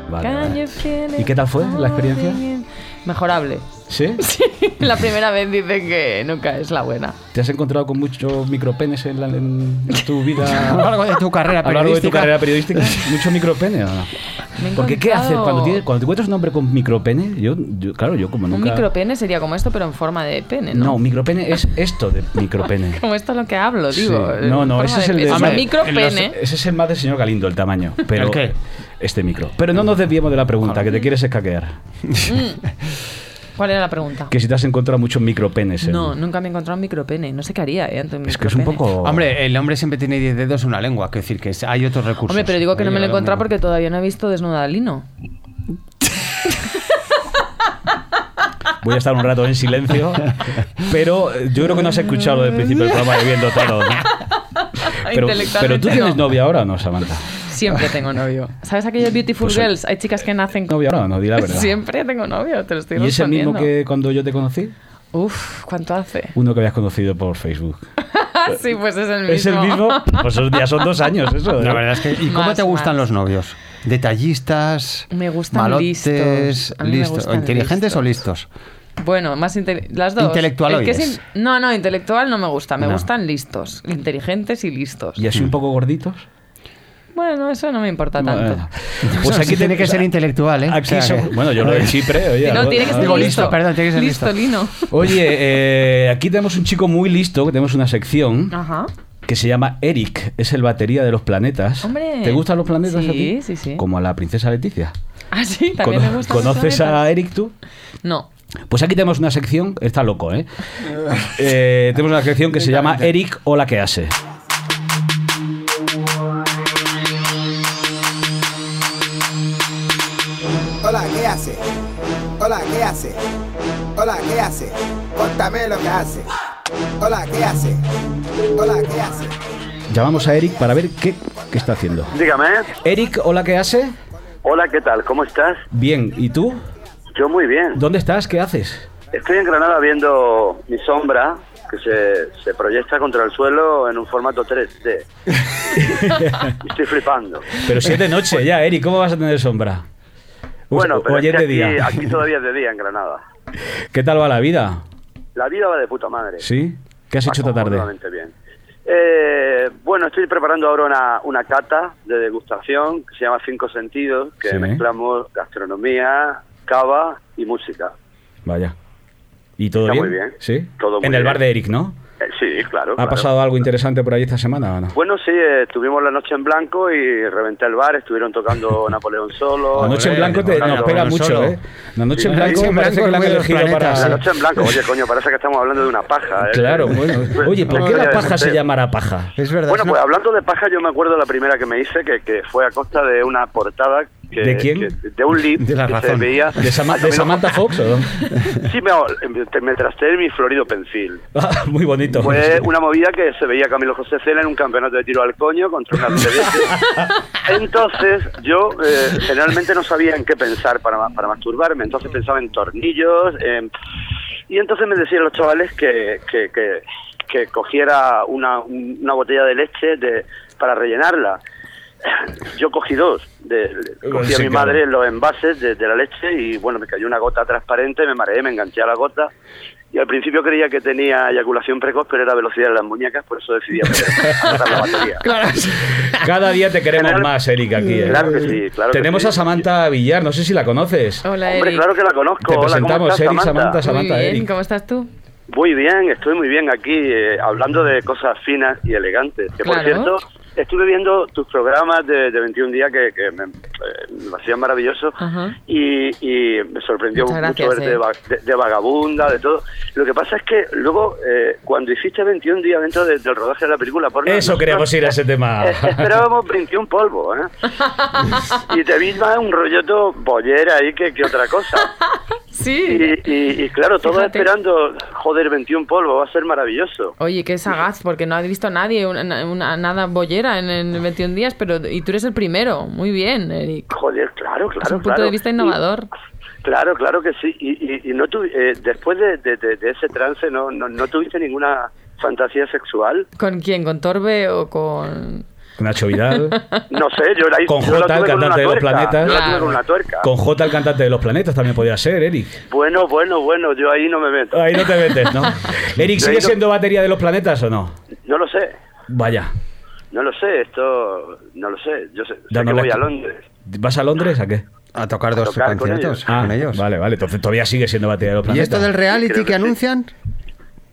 Speaker 2: vale,
Speaker 3: Can
Speaker 2: vale.
Speaker 3: you feel
Speaker 2: ¿Y
Speaker 3: it
Speaker 2: qué tal fue la experiencia?
Speaker 3: coming? Mejorable.
Speaker 2: ¿Sí?
Speaker 3: la primera vez dicen que nunca es la buena.
Speaker 2: ¿Te has encontrado con muchos micropenes en, la- en tu vida?
Speaker 4: A lo largo de tu carrera
Speaker 2: a lo largo de tu
Speaker 4: periodística.
Speaker 2: carrera periodística, mucho micropene. ¿o no?
Speaker 3: Me he
Speaker 2: Porque ¿qué haces
Speaker 3: encontrado-
Speaker 2: cuando, tienes, cuando te encuentras un hombre con micropene? Yo, yo- claro, yo como
Speaker 3: Un
Speaker 2: nunca...
Speaker 3: micropene sería como esto, pero en forma de pene, ¿no?
Speaker 2: No, micropene es esto de micropene.
Speaker 3: Como esto es lo que hablo,
Speaker 2: Sí.
Speaker 3: digo. en
Speaker 2: No, no,
Speaker 3: forma
Speaker 2: ese es el
Speaker 3: pene.
Speaker 2: de...
Speaker 3: Es un
Speaker 4: Hombre,
Speaker 3: micropene.
Speaker 2: los- ese es el más del señor Galindo, el tamaño. Pero
Speaker 4: ¿El qué?
Speaker 2: Este micro. Pero no nos desviemos de la pregunta, que te quieres escaquear.
Speaker 3: ¿Cuál era la pregunta?
Speaker 2: Que si te has encontrado muchos micropenes. en-
Speaker 3: No, nunca me he encontrado un micropene. No sé qué haría, ¿eh? ante un
Speaker 2: Es que es un
Speaker 3: micropene.
Speaker 2: poco...
Speaker 4: Hombre, el hombre siempre tiene 10 dedos una lengua, quiero decir que es- hay otros recursos.
Speaker 3: Hombre, pero digo que no
Speaker 4: Ahí
Speaker 3: me lo he
Speaker 4: llegado,
Speaker 3: encontrado
Speaker 4: amigo.
Speaker 3: porque todavía no he visto desnuda a Lino.
Speaker 2: Voy a estar un rato en silencio, pero eh, yo creo que no has escuchado lo del principio del programa bebiendo todo. ¿no? Pero, pero tú
Speaker 3: Intelectualmente
Speaker 2: tienes
Speaker 3: no.
Speaker 2: novia ahora o no, Samantha.
Speaker 3: Siempre tengo novio. ¿Sabes aquellos Beautiful
Speaker 2: Pues,
Speaker 3: Girls? Hay chicas que nacen con
Speaker 2: Novia ahora o no, di la verdad.
Speaker 3: Siempre tengo novio, te lo estoy
Speaker 2: ¿Y es el mismo
Speaker 3: respondiendo.
Speaker 2: que cuando yo te conocí?
Speaker 3: Uf, ¿cuánto hace?
Speaker 2: Uno que habías conocido por Facebook.
Speaker 3: Ah, sí, pues es el mismo.
Speaker 2: ¿Es el mismo? Pues esos días son dos años, eso. ¿eh?
Speaker 4: La verdad es que. ¿Y cómo
Speaker 3: Más,
Speaker 4: te gustan
Speaker 3: más.
Speaker 4: los novios? ¿Detallistas?
Speaker 3: Me gustan
Speaker 4: malotes,
Speaker 3: listos. A mí me
Speaker 4: listos,
Speaker 3: gustan
Speaker 4: ¿Inteligentes o listos?
Speaker 3: Bueno, más inte- las dos.
Speaker 4: Intelectualoides.
Speaker 3: El que es in- No, no, intelectual no me gusta. Me
Speaker 4: No.
Speaker 3: gustan listos, inteligentes y listos.
Speaker 2: ¿Y así un poco gorditos?
Speaker 3: Bueno, eso no me importa tanto.
Speaker 2: Bueno.
Speaker 4: Pues aquí tiene que
Speaker 2: o sea,
Speaker 4: ser intelectual, ¿eh?
Speaker 2: Aquí
Speaker 4: O sea,
Speaker 2: son-
Speaker 4: que-
Speaker 2: Bueno, yo lo de Chipre, oye.
Speaker 3: no,
Speaker 2: algo-
Speaker 3: tiene que ser
Speaker 4: Digo,
Speaker 3: listo.
Speaker 4: listo, perdón, tiene que ser listo.
Speaker 3: Lino.
Speaker 2: Oye, eh, aquí tenemos un chico muy listo, que tenemos una sección.
Speaker 3: Ajá.
Speaker 2: que se llama Eric, es el batería de los planetas.
Speaker 3: Hombre.
Speaker 2: ¿Te gustan los planetas a ti?
Speaker 3: Sí, sí, sí.
Speaker 2: Como a la princesa Leticia.
Speaker 3: Ah, sí, también
Speaker 2: Cono-
Speaker 3: me gusta.
Speaker 2: ¿Conoces a Eric tú?
Speaker 3: No.
Speaker 2: Pues aquí tenemos una sección, está loco, ¿eh? Eh, tenemos una sección que se llama Eric o la que hace.
Speaker 9: Hola, ¿qué hace? Hola, ¿qué hace? Hola, ¿qué hace? Contame lo que hace. Hola, ¿qué hace? Hola, ¿qué hace?
Speaker 2: Llamamos a Eric para ver qué, qué está haciendo.
Speaker 11: Dígame.
Speaker 2: Eric o la que hace.
Speaker 11: Hola, ¿qué tal? ¿Cómo estás?
Speaker 2: Bien, ¿y tú?
Speaker 11: Yo muy bien.
Speaker 2: ¿Dónde estás? ¿Qué haces?
Speaker 11: Estoy en Granada viendo mi sombra que se, se proyecta contra el suelo en un formato 3D. Estoy flipando.
Speaker 2: Pero si es de noche ya, Eric, ¿cómo vas a tener sombra? O-
Speaker 11: Bueno,
Speaker 2: o-
Speaker 11: pero
Speaker 2: hoy es
Speaker 11: es que
Speaker 2: de
Speaker 11: aquí,
Speaker 2: día.
Speaker 11: aquí todavía es de día en Granada.
Speaker 2: ¿Qué tal va la vida?
Speaker 11: La vida va de puta madre.
Speaker 2: ¿Sí? ¿Qué has
Speaker 11: Va
Speaker 2: hecho esta tarde?
Speaker 11: cojonudamente bien. Eh, bueno, estoy preparando ahora una, una cata de degustación que se llama Cinco Sentidos, que
Speaker 2: Sí.
Speaker 11: mezclamos gastronomía, cava y música.
Speaker 2: Vaya. ¿Y todo
Speaker 11: Está
Speaker 2: bien?
Speaker 11: muy bien.
Speaker 2: ¿Sí?
Speaker 11: Todo muy
Speaker 2: en el
Speaker 11: bien.
Speaker 2: bar de Eric, ¿no?
Speaker 11: Eh, sí, claro.
Speaker 2: ¿Ha
Speaker 11: claro.
Speaker 2: pasado algo interesante por ahí esta semana o no?
Speaker 11: Bueno, sí, eh, tuvimos la noche en blanco y reventé el bar, estuvieron tocando Napoleón solo.
Speaker 2: La noche en blanco te, nos pega mucho, ¿eh? La noche en
Speaker 11: Sí,
Speaker 2: blanco
Speaker 11: la noche en
Speaker 2: parece
Speaker 11: blanco
Speaker 2: que la han
Speaker 11: es muy de los
Speaker 2: elegido para...
Speaker 11: La noche en blanco, oye, coño, parece que estamos hablando de una paja. ¿eh?
Speaker 2: Claro, bueno. Oye, ¿por qué
Speaker 11: Oye,
Speaker 2: la paja se
Speaker 11: este-
Speaker 2: llamará paja?
Speaker 4: Es verdad.
Speaker 11: Bueno, pues hablando de paja, yo me acuerdo la primera que me hice, que, que fue a costa de una portada. Que,
Speaker 2: ¿De quién?
Speaker 11: que- de un lead
Speaker 2: De la
Speaker 11: que se
Speaker 2: razón.
Speaker 11: veía.
Speaker 2: ¿De,
Speaker 11: Ah,
Speaker 2: Sama- de
Speaker 11: también-
Speaker 2: Samantha Fox o no?
Speaker 11: Sí, me, te- me trasteé mi florido pencil.
Speaker 2: Ah, Muy bonito.
Speaker 11: Fue una movida que se veía Camilo José Cela en un campeonato de tiro al coño contra un arcediente. Entonces, yo eh, generalmente no sabía en qué pensar para, ma- para masturbarme. Entonces pensaba en tornillos. en- y entonces me decían los chavales que, que, que- que cogiera una, un- una botella de leche de, para rellenarla. Yo cogí dos. De, cogí a
Speaker 2: Sí,
Speaker 11: mi
Speaker 2: claro.
Speaker 11: madre los envases de, de la leche y bueno, me cayó una gota transparente, me mareé, me enganché a la gota. Y al principio creía que tenía eyaculación precoz, pero era velocidad en las muñecas, por eso decidí apretar la batería.
Speaker 2: Cada día te queremos
Speaker 11: General-
Speaker 2: más, Eric, aquí. ¿eh?
Speaker 11: Claro que sí, claro que
Speaker 2: Tenemos
Speaker 11: sí.
Speaker 2: a Samantha Villar, no sé si la conoces.
Speaker 3: Hola,
Speaker 11: Hombre,
Speaker 3: Eric.
Speaker 11: claro que la conozco.
Speaker 2: Te
Speaker 11: Hola, ¿cómo
Speaker 2: presentamos,
Speaker 11: estás,
Speaker 2: Eric, Samantha,
Speaker 11: Samantha?
Speaker 2: Samantha,
Speaker 3: muy bien,
Speaker 2: Eric.
Speaker 3: ¿cómo estás tú?
Speaker 11: Muy bien, estoy muy bien aquí, eh, hablando de cosas finas y elegantes. Que
Speaker 3: Claro.
Speaker 11: por cierto, estuve viendo tus programas de, de 21 días que, que me, eh, me hacían maravilloso
Speaker 3: Ajá.
Speaker 11: y, y me sorprendió
Speaker 3: Muchas
Speaker 11: mucho
Speaker 3: gracias,
Speaker 11: verte
Speaker 3: eh.
Speaker 11: de, va- de- de vagabunda, de todo. Lo que pasa es que luego, eh, cuando hiciste 21 días dentro de- del rodaje de la película, por
Speaker 2: Eso queríamos ir a ese tema.
Speaker 11: Eh, Esperábamos 21 polvos, ¿eh? Y te vi más un rolloto bollera ahí que, que otra cosa.
Speaker 3: Sí.
Speaker 11: Y, y- y claro, todos
Speaker 3: Fíjate.
Speaker 11: esperando, joder, 21 polvos, va a ser maravilloso.
Speaker 3: Oye, qué sagaz, porque no has visto a nadie, una- una- nada bollera en, en 21 días, pero y tú eres el primero. Muy bien, Eric.
Speaker 11: Joder, claro, claro.
Speaker 3: es un punto
Speaker 11: claro.
Speaker 3: de vista innovador.
Speaker 11: Y- claro, claro que sí. Y, y- y no tu- eh, después de, de- de- de ese trance, no, no, no tuviste ninguna fantasía sexual?
Speaker 3: ¿Con quién? ¿Con Torbe o con...?
Speaker 2: Nacho Vidal.
Speaker 11: No sé, yo la hice.
Speaker 2: Con
Speaker 11: yo la
Speaker 2: J, el
Speaker 11: tuve con una
Speaker 2: cantante de los
Speaker 11: tuerca,
Speaker 2: planetas.
Speaker 11: Yo la tuve con una tuerca.
Speaker 2: Con J, el cantante de los planetas, también podría ser, Eric.
Speaker 11: Bueno, bueno, bueno, yo ahí no me meto.
Speaker 2: Ahí no te metes, ¿no? Eric,
Speaker 11: Yo
Speaker 2: ¿sigue
Speaker 11: he ido-
Speaker 2: siendo batería de los planetas o no?
Speaker 11: No lo sé.
Speaker 2: Vaya.
Speaker 11: No lo sé, esto no lo sé. Yo sé, sé que
Speaker 2: Dándole
Speaker 11: voy a
Speaker 2: aquí.
Speaker 11: Londres.
Speaker 2: ¿Vas a Londres a qué?
Speaker 4: A tocar dos
Speaker 11: tocar con
Speaker 4: conciertos
Speaker 11: ellos.
Speaker 4: Ah, con ellos.
Speaker 2: Vale, vale, entonces todavía sigue siendo batería de los
Speaker 4: ¿Y
Speaker 2: planetas.
Speaker 4: esto del
Speaker 11: Sí,
Speaker 4: reality
Speaker 11: creo
Speaker 4: que
Speaker 11: que sí.
Speaker 4: anuncian?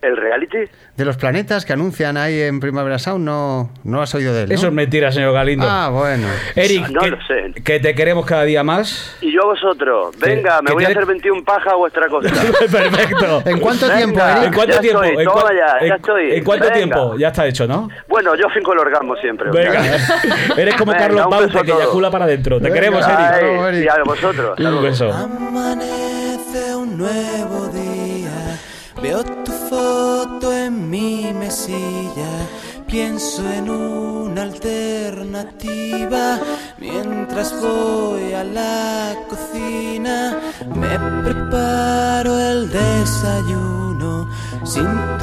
Speaker 11: ¿El reality?
Speaker 4: De los planetas que anuncian ahí en Primavera Sound, no, no has oído de él. ¿no?
Speaker 2: Eso es mentira, señor Galindo.
Speaker 4: Ah, bueno.
Speaker 2: Eric,
Speaker 11: No
Speaker 2: que,
Speaker 11: lo sé.
Speaker 2: que te queremos cada día más.
Speaker 11: Y yo a vosotros. Venga,
Speaker 2: Que-
Speaker 11: me
Speaker 2: que
Speaker 11: voy a
Speaker 2: te-
Speaker 11: hacer 21 pajas a vuestra cosa.
Speaker 2: Perfecto.
Speaker 4: ¿En cuánto
Speaker 11: Venga.
Speaker 4: tiempo, Eric?
Speaker 2: ¿En cuánto
Speaker 11: Ah, Ya
Speaker 2: tiempo?
Speaker 11: estoy,
Speaker 2: ¿En, cua-
Speaker 11: toma ya, ya
Speaker 2: en-
Speaker 11: estoy.
Speaker 2: ¿En cuánto
Speaker 11: Venga.
Speaker 2: tiempo? Ya está hecho, ¿no?
Speaker 11: Bueno, yo finco el orgasmo siempre. o sea
Speaker 2: Venga.
Speaker 11: que-
Speaker 2: Eres como
Speaker 11: Venga,
Speaker 2: Carlos
Speaker 11: un beso
Speaker 2: Baute
Speaker 11: a
Speaker 2: que
Speaker 11: todos.
Speaker 2: eyacula para adentro. Te
Speaker 4: Venga.
Speaker 2: queremos, Eric.
Speaker 11: Ay,
Speaker 4: Eric.
Speaker 11: Y a vosotros. hasta
Speaker 2: Un
Speaker 11: luego.
Speaker 2: beso.
Speaker 12: Amanece un nuevo día, veo tu foto en mi mesilla, pienso en una alternativa, mientras voy a la cocina, me preparo el desayuno,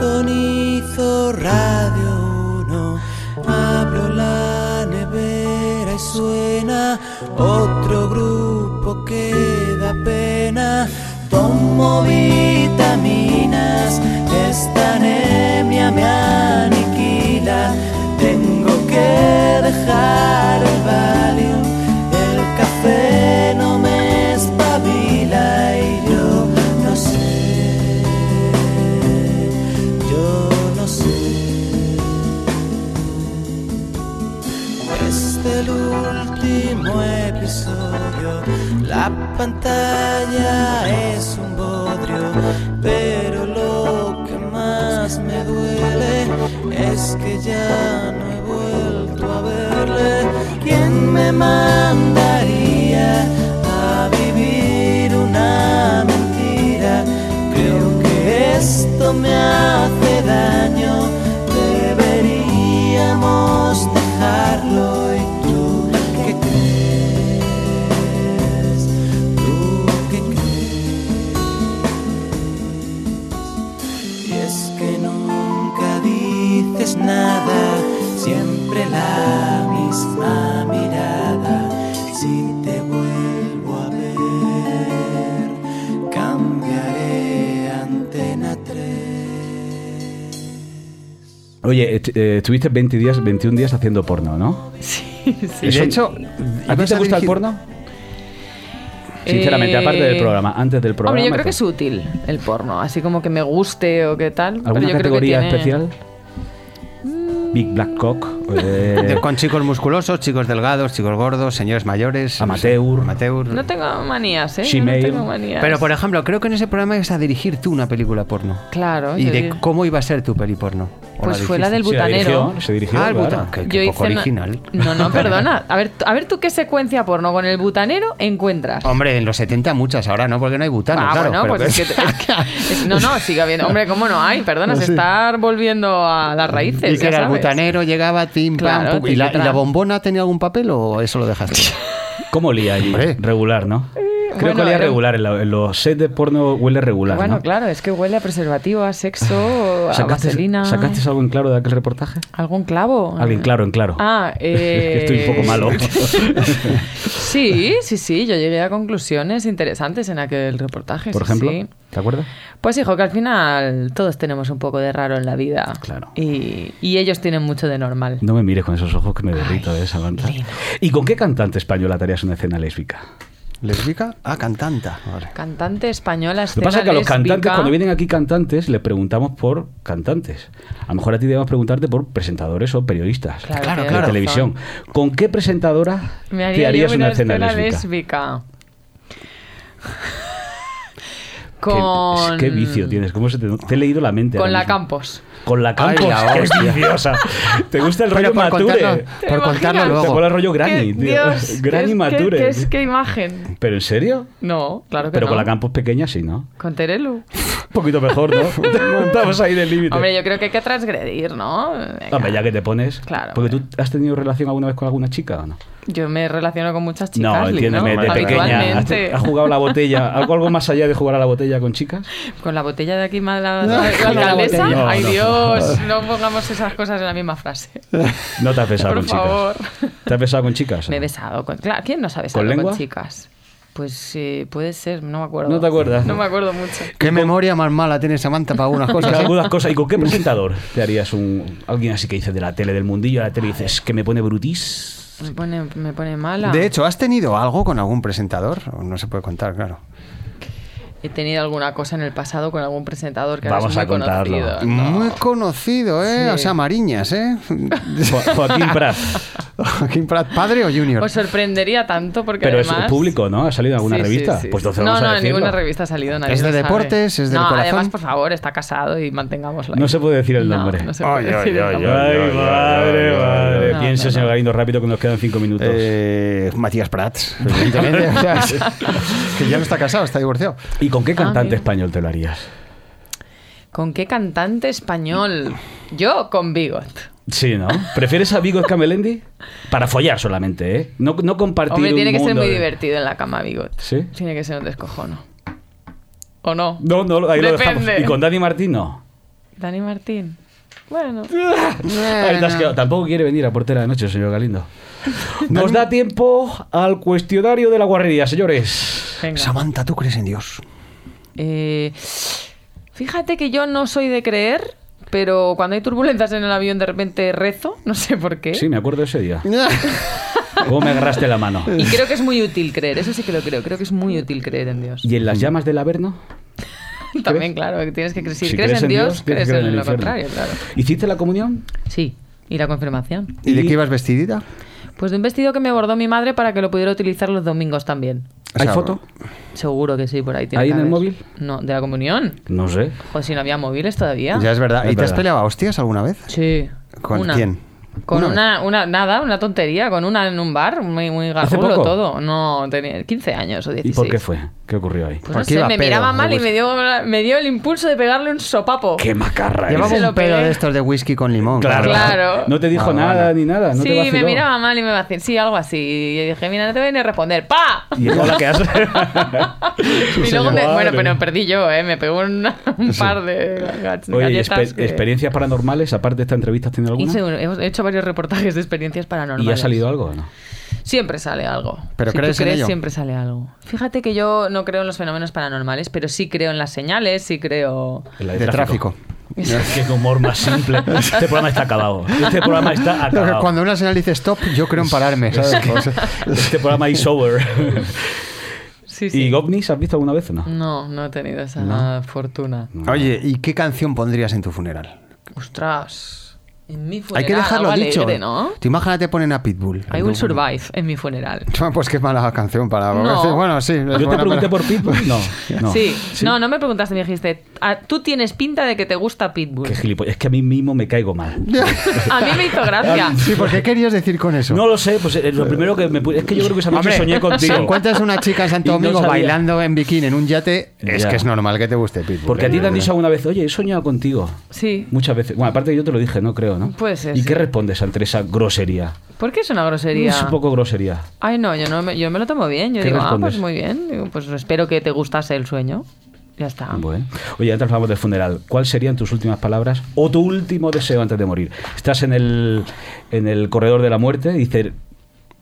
Speaker 12: sintonizo Radio 1, abro la nevera y suena otro grupo que da pena. Tomo vitaminas, esta anemia me aniquila. Tengo que dejar el valio, el café no me espabila y yo no sé, yo no sé. Es el último episodio, la pantalla es un bodrio, pero lo que más me duele es que ya no he vuelto a verle. ¿Quién me mandaría a vivir una mentira? Creo que esto me hace daño, deberíamos dejarlo. ¿Y tú qué crees? ¿Tú qué crees? Y es que nunca dices nada, siempre la misma mirada.
Speaker 2: Oye, est- eh, estuviste 20 días, 21 días haciendo porno, ¿no? Sí,
Speaker 4: Y de hecho,
Speaker 2: ¿a ti
Speaker 4: ibas
Speaker 2: te
Speaker 4: a
Speaker 2: gusta el
Speaker 4: dirigir-
Speaker 2: porno? Sinceramente,
Speaker 3: Eh,
Speaker 2: aparte del programa, antes del programa.
Speaker 3: Hombre, yo creo que es útil el porno, así como que me guste o qué tal. pero
Speaker 2: ¿Alguna
Speaker 3: yo creo que
Speaker 2: categoría
Speaker 3: tiene-
Speaker 2: especial? Big Black Cock. eh,
Speaker 4: De- con chicos musculosos, chicos delgados, chicos gordos, señores mayores. Amateur. Amateur.
Speaker 3: No tengo manías, ¿eh? Yo
Speaker 4: Mm. Gmail.
Speaker 3: No tengo manías.
Speaker 4: Pero por ejemplo, creo que en ese programa ibas a dirigir tú una película porno.
Speaker 3: Claro.
Speaker 4: Y
Speaker 3: yo
Speaker 4: de
Speaker 3: digo-
Speaker 4: cómo iba a ser tu peli porno. ¿O
Speaker 3: Pues fue la del
Speaker 4: dirigiste?
Speaker 3: butanero.
Speaker 4: Ah, el butanero. Qué, qué poco
Speaker 3: una-
Speaker 4: original.
Speaker 3: No, no, perdona. A ver, a ver tú qué secuencia porno con el butanero encuentras.
Speaker 4: Hombre, en los 70 muchas, ahora no, porque no hay butano,
Speaker 3: Ah,
Speaker 4: Ah, claro.
Speaker 3: bueno,
Speaker 4: pero-
Speaker 3: pues es que, es que- es- No, no, sigue habiendo. Hombre, ¿cómo no hay? Perdona, se está volviendo a las raíces.
Speaker 4: y que
Speaker 3: ya
Speaker 4: era el
Speaker 3: sabes.
Speaker 4: butanero, llegaba, tim, pam,
Speaker 3: Claro,
Speaker 4: pum. ¿Y la, y la
Speaker 3: tran.
Speaker 4: bombona tenía algún papel o eso lo dejaste?
Speaker 2: ¿Cómo olía allí? Regular, ¿no? Creo
Speaker 3: bueno,
Speaker 2: que olía
Speaker 3: era-
Speaker 2: regular. En, la- en los sets de porno huele regular.
Speaker 3: Bueno,
Speaker 2: ¿no?
Speaker 3: claro, es que huele a preservativo, a
Speaker 4: Ah.
Speaker 3: sexo, a Pues, vaselina. eh?
Speaker 2: ¿Sacaste algo en claro de aquel reportaje?
Speaker 3: ¿Algún clavo?
Speaker 2: Alguien claro, en claro.
Speaker 3: Ah, eh...
Speaker 2: Es que Estoy un poco malo.
Speaker 3: Sí, sí, sí, yo llegué a conclusiones interesantes en aquel reportaje.
Speaker 2: Por
Speaker 3: sí,
Speaker 2: ejemplo,
Speaker 3: Pues sí.
Speaker 2: ¿te acuerdas?
Speaker 3: Pues hijo, que al final todos tenemos un poco de raro en la vida.
Speaker 2: Claro.
Speaker 3: Y, y ellos tienen mucho de normal.
Speaker 2: No me mires con esos ojos que me derrito, ¿eh, Samantha? ¿Y con qué cantante española te harías una escena lésbica?
Speaker 4: ¿Lésbica? Ah, cantanta.
Speaker 3: Cantante española,
Speaker 2: Lo que
Speaker 3: escena
Speaker 2: pasa es que a los
Speaker 3: lésbica.
Speaker 2: cantantes, cuando vienen aquí cantantes, les preguntamos por cantantes. A lo mejor a ti debemos preguntarte por presentadores o periodistas
Speaker 3: Claro, Claro,
Speaker 2: de
Speaker 3: tienes razón.
Speaker 2: televisión. ¿Con qué presentadora
Speaker 3: Me
Speaker 2: te
Speaker 3: haría
Speaker 2: harías
Speaker 3: yo
Speaker 2: una escena lésbica?
Speaker 3: lésbica.
Speaker 2: ¿Qué-
Speaker 3: Con...
Speaker 2: ¿Qué, vicio tienes? ¿Cómo se te, te he leído la mente?
Speaker 3: Con
Speaker 2: ahora
Speaker 3: la
Speaker 2: mismo.
Speaker 3: Campos.
Speaker 2: Con la
Speaker 4: Ay,
Speaker 2: Campos,
Speaker 4: la
Speaker 2: qué
Speaker 4: hostia.
Speaker 2: envidiosa. ¿Te gusta el
Speaker 4: Pero
Speaker 2: rollo
Speaker 4: por
Speaker 2: Mature?
Speaker 4: contarlo-
Speaker 3: ¿Te por contarlo imaginas? luego.
Speaker 2: Te acuerdas el rollo
Speaker 3: Qué-
Speaker 2: Granny. tío.
Speaker 3: Dios,
Speaker 2: Granny
Speaker 3: qué- qué-
Speaker 2: Mature.
Speaker 3: qué es- qué imagen.
Speaker 2: ¿Pero en serio?
Speaker 3: No, claro que
Speaker 2: Pero
Speaker 3: no.
Speaker 2: con la Campos pequeña sí, ¿no?
Speaker 3: Con Terelu.
Speaker 2: Un poquito mejor, ¿no? Estamos ahí del límite.
Speaker 3: Hombre, yo creo que hay que transgredir, ¿no? Venga.
Speaker 2: Hombre, ya que te pones.
Speaker 3: Claro.
Speaker 2: Porque tú has tenido relación alguna vez con alguna chica o no?
Speaker 3: Yo me relaciono con muchas chicas.
Speaker 2: no,
Speaker 3: Lino,
Speaker 2: entiéndeme, de pequeña. ¿Has,
Speaker 3: habitualmente.
Speaker 2: has jugado a la botella? ¿Algo, ¿Algo más allá de jugar a la botella con chicas?
Speaker 3: Con la botella de aquí, más la, la-
Speaker 2: No,
Speaker 3: la
Speaker 2: con la
Speaker 3: alcaldesa.
Speaker 2: botella.
Speaker 3: Ay,
Speaker 2: No, no.
Speaker 3: Dios, no pongamos esas cosas en la misma frase.
Speaker 2: No te has besado
Speaker 3: Por
Speaker 2: con chicas.
Speaker 3: favor.
Speaker 2: ¿Te has besado con chicas?
Speaker 3: Me he besado con. Claro, ¿quién no se ha besado
Speaker 2: ¿Con
Speaker 3: con,
Speaker 2: lengua?
Speaker 3: chicas? Pues eh, puede ser, no me acuerdo.
Speaker 2: No te acuerdas.
Speaker 3: No me acuerdo mucho.
Speaker 4: Qué memoria más mala tiene Samantha para algunas
Speaker 2: Con
Speaker 4: cosas. ¿eh?
Speaker 2: algunas cosas. ¿Y con qué presentador te harías un. alguien así que dices de la tele, del mundillo, de la tele y dices que me pone brutis?
Speaker 3: Me pone, me pone mala.
Speaker 4: De hecho, ¿has tenido algo con algún presentador? O No se puede contar, claro.
Speaker 3: he tenido alguna cosa en el pasado con algún presentador que
Speaker 4: Vamos
Speaker 3: ahora
Speaker 4: a
Speaker 3: es muy
Speaker 4: contarlo.
Speaker 3: conocido.
Speaker 4: Muy conocido, ¿eh?
Speaker 3: Sí.
Speaker 4: O sea, Mariñas, ¿eh?
Speaker 2: Joaquín Prat.
Speaker 4: Joaquín Prat, padre o junior.
Speaker 3: Os sorprendería tanto porque
Speaker 2: Pero
Speaker 3: además...
Speaker 2: es público, ¿no? ¿Ha salido en alguna
Speaker 3: Sí, sí,
Speaker 2: revista?
Speaker 3: sí,
Speaker 2: Pues
Speaker 3: sí.
Speaker 2: entonces
Speaker 3: no,
Speaker 2: vamos
Speaker 3: no,
Speaker 2: a
Speaker 3: en ninguna
Speaker 2: decirlo.
Speaker 3: revista ha salido nadie
Speaker 4: Es
Speaker 3: lo
Speaker 4: de
Speaker 3: sabe.
Speaker 4: deportes, es del
Speaker 3: no,
Speaker 4: corazón.
Speaker 3: además, por favor, está casado y mantengámoslo.
Speaker 2: No se puede decir el nombre.
Speaker 3: no se puede Ay, ay, decir el ay, nombre. ay,
Speaker 2: Ay,
Speaker 3: ay,
Speaker 2: madre,
Speaker 3: ay,
Speaker 2: madre.
Speaker 3: ay, ay.
Speaker 2: Piensa,
Speaker 3: No, no,
Speaker 2: señor Galindo, rápido que nos quedan cinco minutos.
Speaker 4: Eh, Matías Prats, evidentemente. o sea, es que ya no está casado, está divorciado.
Speaker 2: ¿Y con qué
Speaker 3: Ah,
Speaker 2: cantante
Speaker 3: mira.
Speaker 2: español te lo harías?
Speaker 3: ¿Con qué cantante español? Yo con Bigot.
Speaker 2: Sí, ¿no? ¿Prefieres a Vigo Scamelendi? Para follar solamente, ¿eh? No, no compartir
Speaker 3: Hombre,
Speaker 2: un
Speaker 3: tiene que ser
Speaker 2: mundo
Speaker 3: muy
Speaker 2: de-
Speaker 3: divertido en la cama, Bigot.
Speaker 2: ¿Sí?
Speaker 3: Tiene que ser un descojono. ¿O no?
Speaker 2: No, no, ahí lo
Speaker 3: Depende.
Speaker 2: dejamos. ¿Y con Dani Martino?
Speaker 3: Dani Martín. Bueno.
Speaker 2: Ahí te has quedado. Tampoco quiere venir a portera de noche, señor Galindo. Nos da tiempo al cuestionario de la guarrería, señores.
Speaker 4: Samantha, ¿tú crees en Dios?
Speaker 3: Eh, fíjate que yo no soy de creer, pero cuando hay turbulencias en el avión de repente rezo, no sé por qué.
Speaker 2: Sí, me acuerdo de ese día. ¿Cómo me agarraste la mano?
Speaker 3: Y creo que es muy útil creer, eso sí que lo creo, creo que es muy útil creer en Dios.
Speaker 2: ¿Y en las llamas del Averno?
Speaker 3: También, claro, que tienes que creer. Si,
Speaker 2: Si
Speaker 3: crees, en Dios,
Speaker 2: tienes
Speaker 3: crees
Speaker 2: que creer
Speaker 3: en,
Speaker 2: en el
Speaker 3: lo
Speaker 2: infierno.
Speaker 3: contrario, claro.
Speaker 2: ¿Hiciste la comunión?
Speaker 3: Sí, y la confirmación.
Speaker 4: ¿Y, de qué ibas vestidita?
Speaker 3: Pues de un vestido que me bordó mi madre para que lo pudiera utilizar los domingos también.
Speaker 4: O sea,
Speaker 2: ¿Hay foto?
Speaker 3: Seguro que sí, por ahí tiene
Speaker 2: ¿Ahí
Speaker 3: que
Speaker 2: en el
Speaker 3: haber.
Speaker 2: móvil?
Speaker 3: No, de la comunión.
Speaker 2: No sé.
Speaker 3: O si no había móviles todavía.
Speaker 4: Ya es verdad. ¿Y
Speaker 2: Es
Speaker 4: te has
Speaker 2: verdad.
Speaker 4: peleado a hostias alguna vez?
Speaker 3: Sí.
Speaker 4: ¿Con
Speaker 3: Una.
Speaker 4: quién?
Speaker 3: Con
Speaker 4: Una
Speaker 3: una, una, nada, una tontería, con una en un bar, muy, muy garrulo
Speaker 2: poco?
Speaker 3: todo. No, tenía 15 años o 16.
Speaker 2: ¿Y por qué fue? ¿Qué ocurrió ahí?
Speaker 3: Pues no sé, me miraba mal y me dio, me dio el impulso de pegarle un sopapo.
Speaker 2: ¡Qué macarra!
Speaker 4: Llevaba
Speaker 3: Se
Speaker 4: un
Speaker 3: lo
Speaker 4: pedo
Speaker 3: pegué.
Speaker 4: de estos de whisky con limón.
Speaker 2: Pues, Claro.
Speaker 3: Claro.
Speaker 2: No te dijo
Speaker 4: Ah,
Speaker 2: nada
Speaker 4: vale.
Speaker 2: ni nada. No te
Speaker 3: sí,
Speaker 2: vaciló.
Speaker 3: me miraba mal y me vaciló. Sí, algo así. Y dije, mira, no te voy ni a responder. ¡Pa!
Speaker 2: Y es la que hace.
Speaker 3: Y luego me-
Speaker 2: señor.
Speaker 3: Bueno, pero perdí yo, ¿eh? Me pegó una- un par de gall-
Speaker 2: Oye, ¿y
Speaker 3: galletas.
Speaker 2: exper-
Speaker 3: que-
Speaker 2: ¿experiencias paranormales? Aparte de esta entrevista, ¿has tenido alguna?
Speaker 3: Hice un- hemos hecho varios reportajes de experiencias paranormales.
Speaker 2: ¿Y ha salido algo o no?
Speaker 3: Siempre sale algo.
Speaker 2: ¿Pero
Speaker 3: si tú
Speaker 2: crees en ello?
Speaker 3: siempre sale algo. Fíjate que yo no creo en los fenómenos paranormales, pero sí creo en las señales, sí creo...
Speaker 2: En la
Speaker 4: De tráfico.
Speaker 2: Qué humor más simple. Este programa está acabado. Este programa está acabado.
Speaker 4: Cuando una señal dice stop, yo creo en pararme. ¿sabes? Pues, eh,
Speaker 2: Este programa is over. ¿Y Govnis has visto alguna vez o no?
Speaker 3: No, no he tenido esa
Speaker 4: No.
Speaker 3: fortuna.
Speaker 4: Oye, ¿y qué canción pondrías en tu funeral?
Speaker 3: Ostras. En mi funeral.
Speaker 4: Hay que dejarlo
Speaker 3: Pues algo
Speaker 4: dicho.
Speaker 3: alegre, ¿no?
Speaker 4: Te imaginas te ponen a Pitbull.
Speaker 3: I will survive en mi funeral.
Speaker 4: Pues qué mala canción para.
Speaker 3: No.
Speaker 4: Bueno, sí.
Speaker 2: Yo te pregunté por Pitbull. No. no.
Speaker 3: Sí. No, no me preguntaste, me dijiste, "Ah, tú tienes pinta de que te gusta Pitbull.
Speaker 2: Qué gilipollas. Es que a mí mismo me caigo mal.
Speaker 3: A mí me hizo
Speaker 2: Ah,
Speaker 3: gracia.
Speaker 4: Sí, ¿por qué querías decir con eso?
Speaker 2: No lo sé, pues eh, lo primero que me pu- es que yo creo que esa noche
Speaker 4: Hombre,
Speaker 2: soñé
Speaker 4: Si
Speaker 2: contigo.
Speaker 4: encuentras una chica en Santo
Speaker 2: Y no
Speaker 4: Domingo
Speaker 2: sabía.
Speaker 4: bailando en bikini en un yate, es
Speaker 2: Ya.
Speaker 4: que es normal que te guste Pitbull.
Speaker 2: Porque a ti te han
Speaker 4: Eh,
Speaker 2: dicho alguna vez, oye, he soñado contigo.
Speaker 3: Sí.
Speaker 2: Muchas veces. Bueno, aparte que yo te lo dije, no creo, ¿no?
Speaker 3: Puede ser,
Speaker 2: ¿Y
Speaker 3: sí.
Speaker 2: qué respondes ante esa grosería?
Speaker 3: ¿Por qué es una grosería?
Speaker 2: Es un poco grosería.
Speaker 3: Ay, no, yo, no me, yo me lo tomo bien. Yo
Speaker 2: ¿Qué
Speaker 3: digo, ah,
Speaker 2: respondes?
Speaker 3: pues muy bien. Digo, pues espero que te gustase el sueño. Ya está.
Speaker 2: Bueno. Oye, antes hablamos del funeral. ¿Cuáles serían tus últimas palabras o tu último deseo antes de morir? Estás en el, en el corredor de la muerte y dices,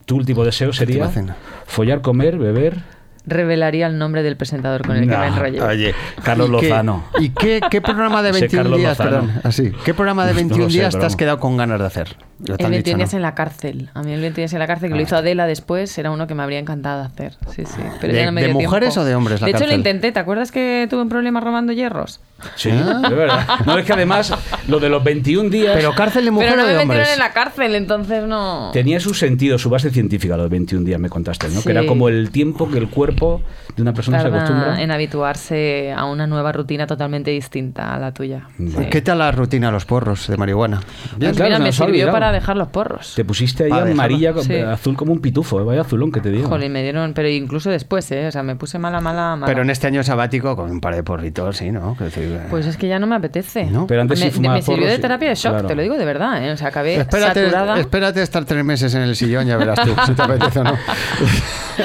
Speaker 2: tu último deseo sería
Speaker 4: cena.
Speaker 2: follar, comer, beber.
Speaker 3: Revelaría el nombre del presentador con el que
Speaker 2: Nah,
Speaker 3: me enrollé.
Speaker 2: Oye, Carlos
Speaker 4: ¿y qué-
Speaker 2: Lozano.
Speaker 4: ¿Y qué, qué programa de
Speaker 2: Ese
Speaker 4: 21
Speaker 2: Carlos
Speaker 4: días,
Speaker 2: Lozano.
Speaker 4: perdón, así, ¿qué programa de
Speaker 2: No lo
Speaker 4: 21
Speaker 2: sé,
Speaker 4: días
Speaker 2: pero
Speaker 4: te has
Speaker 2: vamos.
Speaker 4: quedado con ganas de hacer? Lo te
Speaker 3: El
Speaker 4: han
Speaker 3: 21
Speaker 4: dicho,
Speaker 3: días
Speaker 4: ¿no? Ah.
Speaker 3: en la cárcel. A mí el 21 días en la cárcel, que lo hizo Adela después, era uno que me habría encantado hacer. Sí, sí. Pero
Speaker 4: ¿De-
Speaker 3: ya no me
Speaker 4: de
Speaker 3: dio tiempo.
Speaker 4: mujeres o de hombres la
Speaker 3: De hecho,
Speaker 4: cárcel?
Speaker 3: lo intenté. ¿Te acuerdas que tuve un problema robando hierros?
Speaker 2: Sí,
Speaker 4: Ah.
Speaker 2: de verdad. No, es que además lo de los 21 días
Speaker 4: Pero cárcel de mujer
Speaker 3: Pero no
Speaker 4: o de
Speaker 3: me metieron
Speaker 4: hombres.
Speaker 3: en la cárcel, entonces no...
Speaker 2: tenía su sentido, su base científica, los 21 días me contaste, ¿no?
Speaker 3: Sí.
Speaker 2: Que era como el tiempo que el cuerpo de una persona se
Speaker 3: Tarda
Speaker 2: acostumbra.
Speaker 3: en habituarse a una nueva rutina totalmente distinta a la tuya. Sí.
Speaker 4: ¿Qué tal la rutina los porros de marihuana?
Speaker 3: Pues mira,
Speaker 2: claro,
Speaker 3: me
Speaker 2: se nos ha
Speaker 3: sirvió
Speaker 2: olvidado.
Speaker 3: para dejar los porros.
Speaker 2: Te pusiste ahí
Speaker 4: Pa' dejarla.
Speaker 2: amarilla,
Speaker 3: Sí.
Speaker 2: azul como un pitufo, ¿eh? vaya azulón que te digo.
Speaker 3: Jolín, me dieron, pero incluso después, ¿eh? O sea, me puse mala, mala, mala.
Speaker 4: Pero en este año sabático con un par de porritos, sí, ¿no? eh, Que te-
Speaker 3: Pues es que ya no me apetece.
Speaker 4: ¿No?
Speaker 2: Pero antes
Speaker 3: me,
Speaker 2: sí fumaba
Speaker 3: me sirvió de
Speaker 2: porros y-
Speaker 3: terapia de shock,
Speaker 2: claro.
Speaker 3: te lo digo de verdad, ¿eh? O sea, acabé
Speaker 4: espérate,
Speaker 3: saturada.
Speaker 4: espérate a estar tres meses en el sillón, ya verás tú si te apetece o no.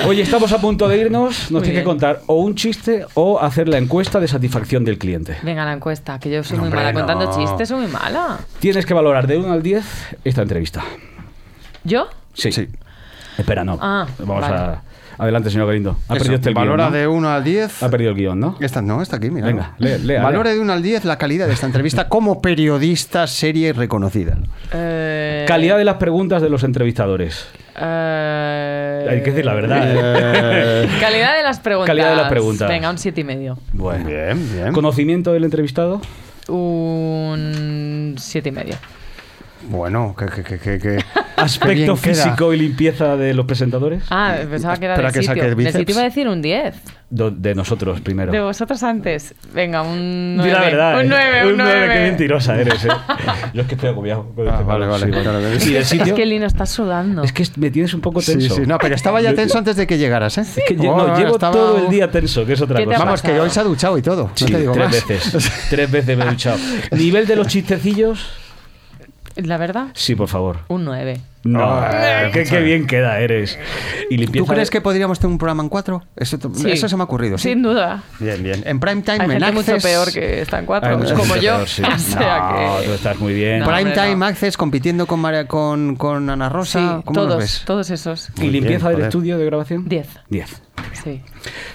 Speaker 2: Oye, estamos a punto de irnos. Nos
Speaker 3: Muy
Speaker 2: tienes
Speaker 3: bien.
Speaker 2: que contar o un chiste o hacer la encuesta de satisfacción del cliente.
Speaker 3: Venga, la encuesta, que yo soy muy
Speaker 4: Hombre,
Speaker 3: mala contando
Speaker 4: no.
Speaker 3: chistes, soy muy mala.
Speaker 2: Tienes que valorar de 1 al 10 esta entrevista.
Speaker 3: ¿Yo?
Speaker 2: Sí. Espera, no.
Speaker 3: Ah,
Speaker 2: Vamos
Speaker 3: vale.
Speaker 2: a. Adelante, señor Galindo. Ha
Speaker 4: Eso,
Speaker 2: perdido usted el
Speaker 4: valora
Speaker 2: este guión. ¿no?
Speaker 4: de 1 al 10.
Speaker 2: Ha perdido el guión, ¿no?
Speaker 4: Esta no, está aquí, mira.
Speaker 2: Venga, lee, lea,
Speaker 4: Valora
Speaker 2: lea.
Speaker 4: de 1 al 10 la calidad de esta entrevista como periodista seria y reconocida.
Speaker 3: Eh,
Speaker 2: Calidad de las preguntas de los entrevistadores.
Speaker 3: eh,
Speaker 2: Hay que decir la verdad. ¿eh?
Speaker 4: Eh,
Speaker 3: Calidad de las preguntas.
Speaker 2: Calidad de las preguntas.
Speaker 3: Venga, un siete y medio.
Speaker 2: bueno.
Speaker 4: bien, bien.
Speaker 2: ¿Conocimiento del entrevistado?
Speaker 3: Un siete y medio.
Speaker 4: Bueno, que... que, que, que, que- qué bien
Speaker 2: ¿Aspecto
Speaker 4: queda.
Speaker 2: físico y limpieza de los presentadores?
Speaker 3: Ah, pensaba que era
Speaker 4: Espera
Speaker 3: del
Speaker 4: que saque
Speaker 3: sitio.
Speaker 4: el
Speaker 3: Del
Speaker 4: bíceps.
Speaker 3: sitio iba a decir un 10.
Speaker 2: Do- de nosotros primero.
Speaker 3: De vosotros antes. Venga, un
Speaker 2: Di
Speaker 3: 9.
Speaker 2: la verdad.
Speaker 3: un
Speaker 2: eh.
Speaker 3: 9, un 9.
Speaker 2: qué mentirosa eres. eh. Yo es que estoy agobiado. con
Speaker 4: Ah,
Speaker 2: este
Speaker 4: vale,
Speaker 2: calor,
Speaker 4: vale,
Speaker 2: sí, bueno.
Speaker 4: claro que sí.
Speaker 2: ¿Y del sitio?
Speaker 3: Es que Lino está sudando.
Speaker 2: Es que me tienes un poco
Speaker 4: Sí,
Speaker 2: Pues tenso.
Speaker 4: sí, no, pero estaba ya tenso antes de que llegaras, ¿eh?
Speaker 2: Es que yo-
Speaker 4: Oh,
Speaker 2: no, llevo
Speaker 4: estaba-
Speaker 2: todo el día tenso, que es otra
Speaker 3: ¿Qué te
Speaker 2: cosa.
Speaker 3: ha
Speaker 4: Vamos, que
Speaker 3: pasado.
Speaker 4: hoy se ha duchado y todo.
Speaker 2: Sí,
Speaker 4: no te digo
Speaker 2: tres
Speaker 4: más.
Speaker 2: veces. Tres veces me he duchado. ¿Nivel de los chistecillos?
Speaker 3: La verdad,
Speaker 2: Sí, por favor.
Speaker 3: un 9.
Speaker 2: No,
Speaker 4: Ah,
Speaker 2: qué, qué bien queda eres. Y
Speaker 4: ¿Tú
Speaker 2: limpieza
Speaker 4: crees
Speaker 2: de-
Speaker 4: que podríamos tener un programa en cuatro? Eso, te-
Speaker 3: Sí.
Speaker 4: eso se me ha ocurrido. ¿sí?
Speaker 3: Sin duda.
Speaker 4: Bien, bien. En prime time,
Speaker 3: Hay
Speaker 4: en
Speaker 3: gente mucho
Speaker 4: Access-
Speaker 3: peor que está en
Speaker 2: Hay
Speaker 3: cuatro,
Speaker 2: mucha
Speaker 3: Ah, como
Speaker 2: gente
Speaker 3: yo.
Speaker 2: peor, sí.
Speaker 3: O sea
Speaker 2: No,
Speaker 3: que-
Speaker 2: tú estás muy bien.
Speaker 3: No,
Speaker 4: Prime
Speaker 3: hombre,
Speaker 4: Time
Speaker 3: no.
Speaker 4: Access compitiendo con, María- con, con Ana
Speaker 3: Sí,
Speaker 4: Rosa. ¿Cómo los
Speaker 3: todos,
Speaker 4: ves?
Speaker 3: todos esos.
Speaker 2: ¿Y
Speaker 4: Muy bien,
Speaker 2: limpieza del
Speaker 4: joder.
Speaker 2: estudio de grabación?
Speaker 3: 10.
Speaker 2: Diez.
Speaker 3: Sí.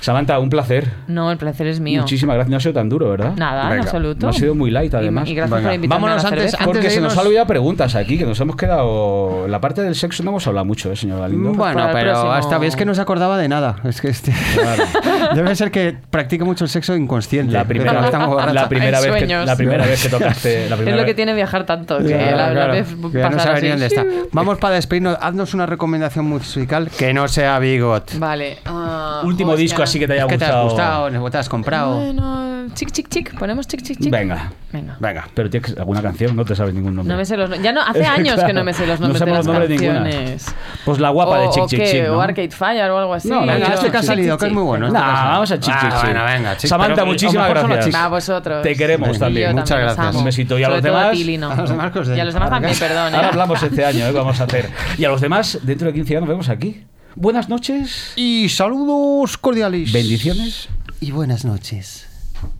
Speaker 2: Samantha, un placer.
Speaker 3: No, el placer es mío.
Speaker 2: Muchísimas gracias. No ha sido tan duro, ¿verdad?
Speaker 3: Nada, en
Speaker 4: Venga,
Speaker 3: absoluto.
Speaker 2: no ha sido muy light,
Speaker 3: Y-
Speaker 2: además.
Speaker 3: Y, gracias
Speaker 4: Venga.
Speaker 3: por invitarme a
Speaker 4: Vámonos
Speaker 3: la
Speaker 4: antes-
Speaker 3: cerveza.
Speaker 4: antes-
Speaker 2: Porque se nos
Speaker 4: irnos-
Speaker 2: ha olvidado preguntas aquí, que nos hemos quedado. La parte del sexo no hemos hablado mucho, ¿eh, señor Galindo?
Speaker 4: Bueno,
Speaker 3: Para el
Speaker 4: pero
Speaker 3: próximo.
Speaker 4: esta vez que no se acordaba de nada. Es que este... Debe ser que practica mucho el sexo inconsciente.
Speaker 2: La primera,
Speaker 4: Pero estamos borrachos.
Speaker 2: la primera,
Speaker 3: En
Speaker 2: vez, que,
Speaker 3: sueños.
Speaker 2: la primera vez que tocaste.
Speaker 3: Es
Speaker 2: La primera
Speaker 3: lo que
Speaker 2: vez-
Speaker 3: tiene viajar tanto, que
Speaker 4: Claro,
Speaker 3: la verdad
Speaker 4: claro.
Speaker 3: es
Speaker 4: Que
Speaker 3: pasar
Speaker 4: no sabe
Speaker 3: así.
Speaker 4: ni dónde está. Vamos para despedirnos. Haznos una recomendación musical que no sea Bigot.
Speaker 3: Vale. ah,
Speaker 2: Último
Speaker 3: hostia.
Speaker 2: disco así que te haya
Speaker 4: ¿Qué te
Speaker 2: gustado.
Speaker 4: has gustado? ¿Te has comprado?
Speaker 3: Bueno, chic, chic, chic. Ponemos chic, chic, chic.
Speaker 2: Venga.
Speaker 3: Venga.
Speaker 4: Venga.
Speaker 2: Pero tienes que- alguna canción, no te sabes ningún nombre.
Speaker 3: No me sé los nombres. Ya no, hace años que no me sé los
Speaker 2: No
Speaker 3: nombres de
Speaker 2: sabemos
Speaker 3: las
Speaker 2: nombres de ninguna.
Speaker 3: canciones.
Speaker 2: Pues la guapa de
Speaker 3: O-
Speaker 2: Chic
Speaker 3: o
Speaker 2: Chic
Speaker 3: qué,
Speaker 2: Chic. ¿no?
Speaker 3: O Arcade Fire o algo así.
Speaker 2: No, venga,
Speaker 3: Yo-
Speaker 2: este que ha
Speaker 3: Chic,
Speaker 4: salido,
Speaker 3: chic,
Speaker 4: que es
Speaker 3: chic.
Speaker 4: muy bueno.
Speaker 2: Nah, vamos a Chic
Speaker 4: Ah,
Speaker 2: Chic Chic.
Speaker 4: bueno, venga, chic,
Speaker 2: Samantha,
Speaker 4: pero-
Speaker 2: muchísimas
Speaker 4: a lo mejor son las
Speaker 2: gracias.
Speaker 3: A vosotros.
Speaker 2: Te queremos
Speaker 3: Y yo
Speaker 2: también.
Speaker 4: Muchas
Speaker 3: también os
Speaker 4: gracias.
Speaker 3: amo.
Speaker 2: Un besito. Y a
Speaker 3: Sobre
Speaker 2: los
Speaker 3: todo
Speaker 2: demás-
Speaker 3: ti, Lino.
Speaker 4: A los demás que os den.
Speaker 3: Y a los demás también, perdón. ¿eh?
Speaker 2: Ahora hablamos este año, ¿eh? ¿Qué vamos a hacer. Y a los demás, dentro de 15 días nos vemos aquí. Buenas noches.
Speaker 4: Y saludos cordiales.
Speaker 2: Bendiciones.
Speaker 4: Y buenas noches.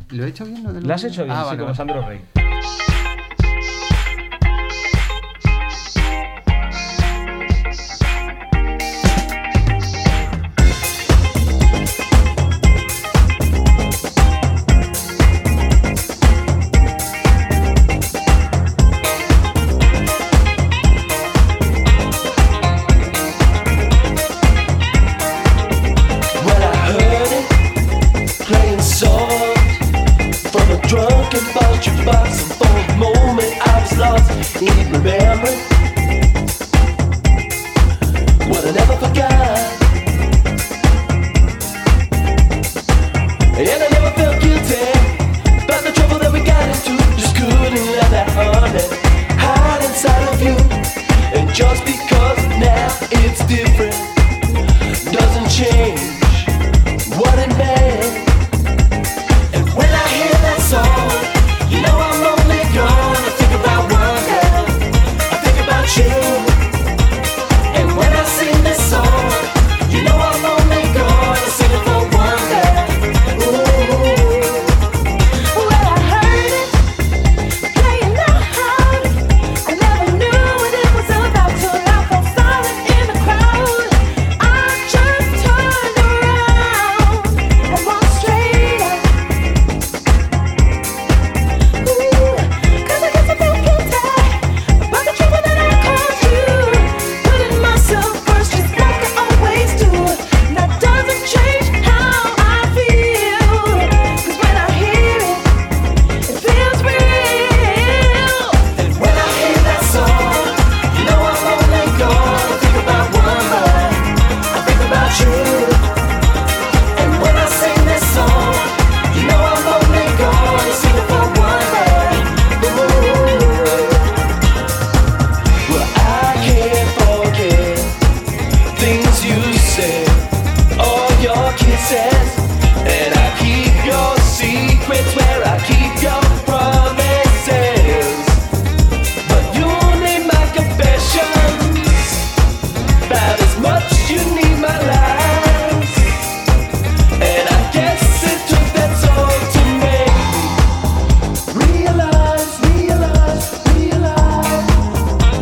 Speaker 4: ¿Lo he hecho bien? lo de
Speaker 2: ¿La has hecho bien?
Speaker 4: Ah,
Speaker 2: sí,
Speaker 4: vale,
Speaker 2: como
Speaker 4: vale.
Speaker 2: Sandro Rey.
Speaker 13: And I never felt guilty about the trouble that we got into. Just couldn't let that honest hide inside of you. And just because now it's different doesn't change what it meant. And when I hear that song, you know I'm only gonna think about one girl. I think about you. And when I sing this song, you know I'm only gonna sing it for one girl. Change how I feel Cause when I hear it it feels real. And when I hear that song, you know I'm only gonna think about one night. I think about you. And when I sing this song, you know I'm only gonna sing it for one night. Ooh. Well, I can't forget things you said, all your kisses. And I keep your secrets where I keep your promises. But you need my confessions. About as much you need my lies. And I guess it took that song to make me realize, realize, realize.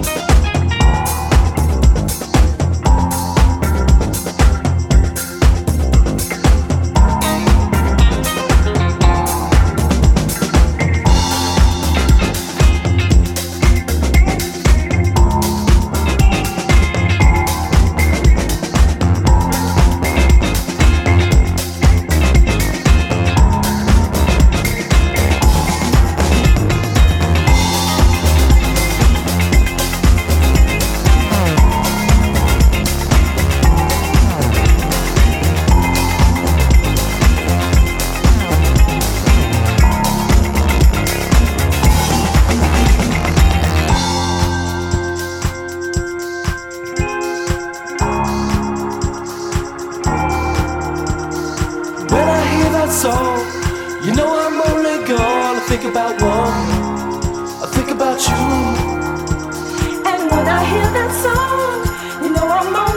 Speaker 13: When I hear that song, you know I'm only gonna think about one. I think about you. And when I hear that song, you know I'm only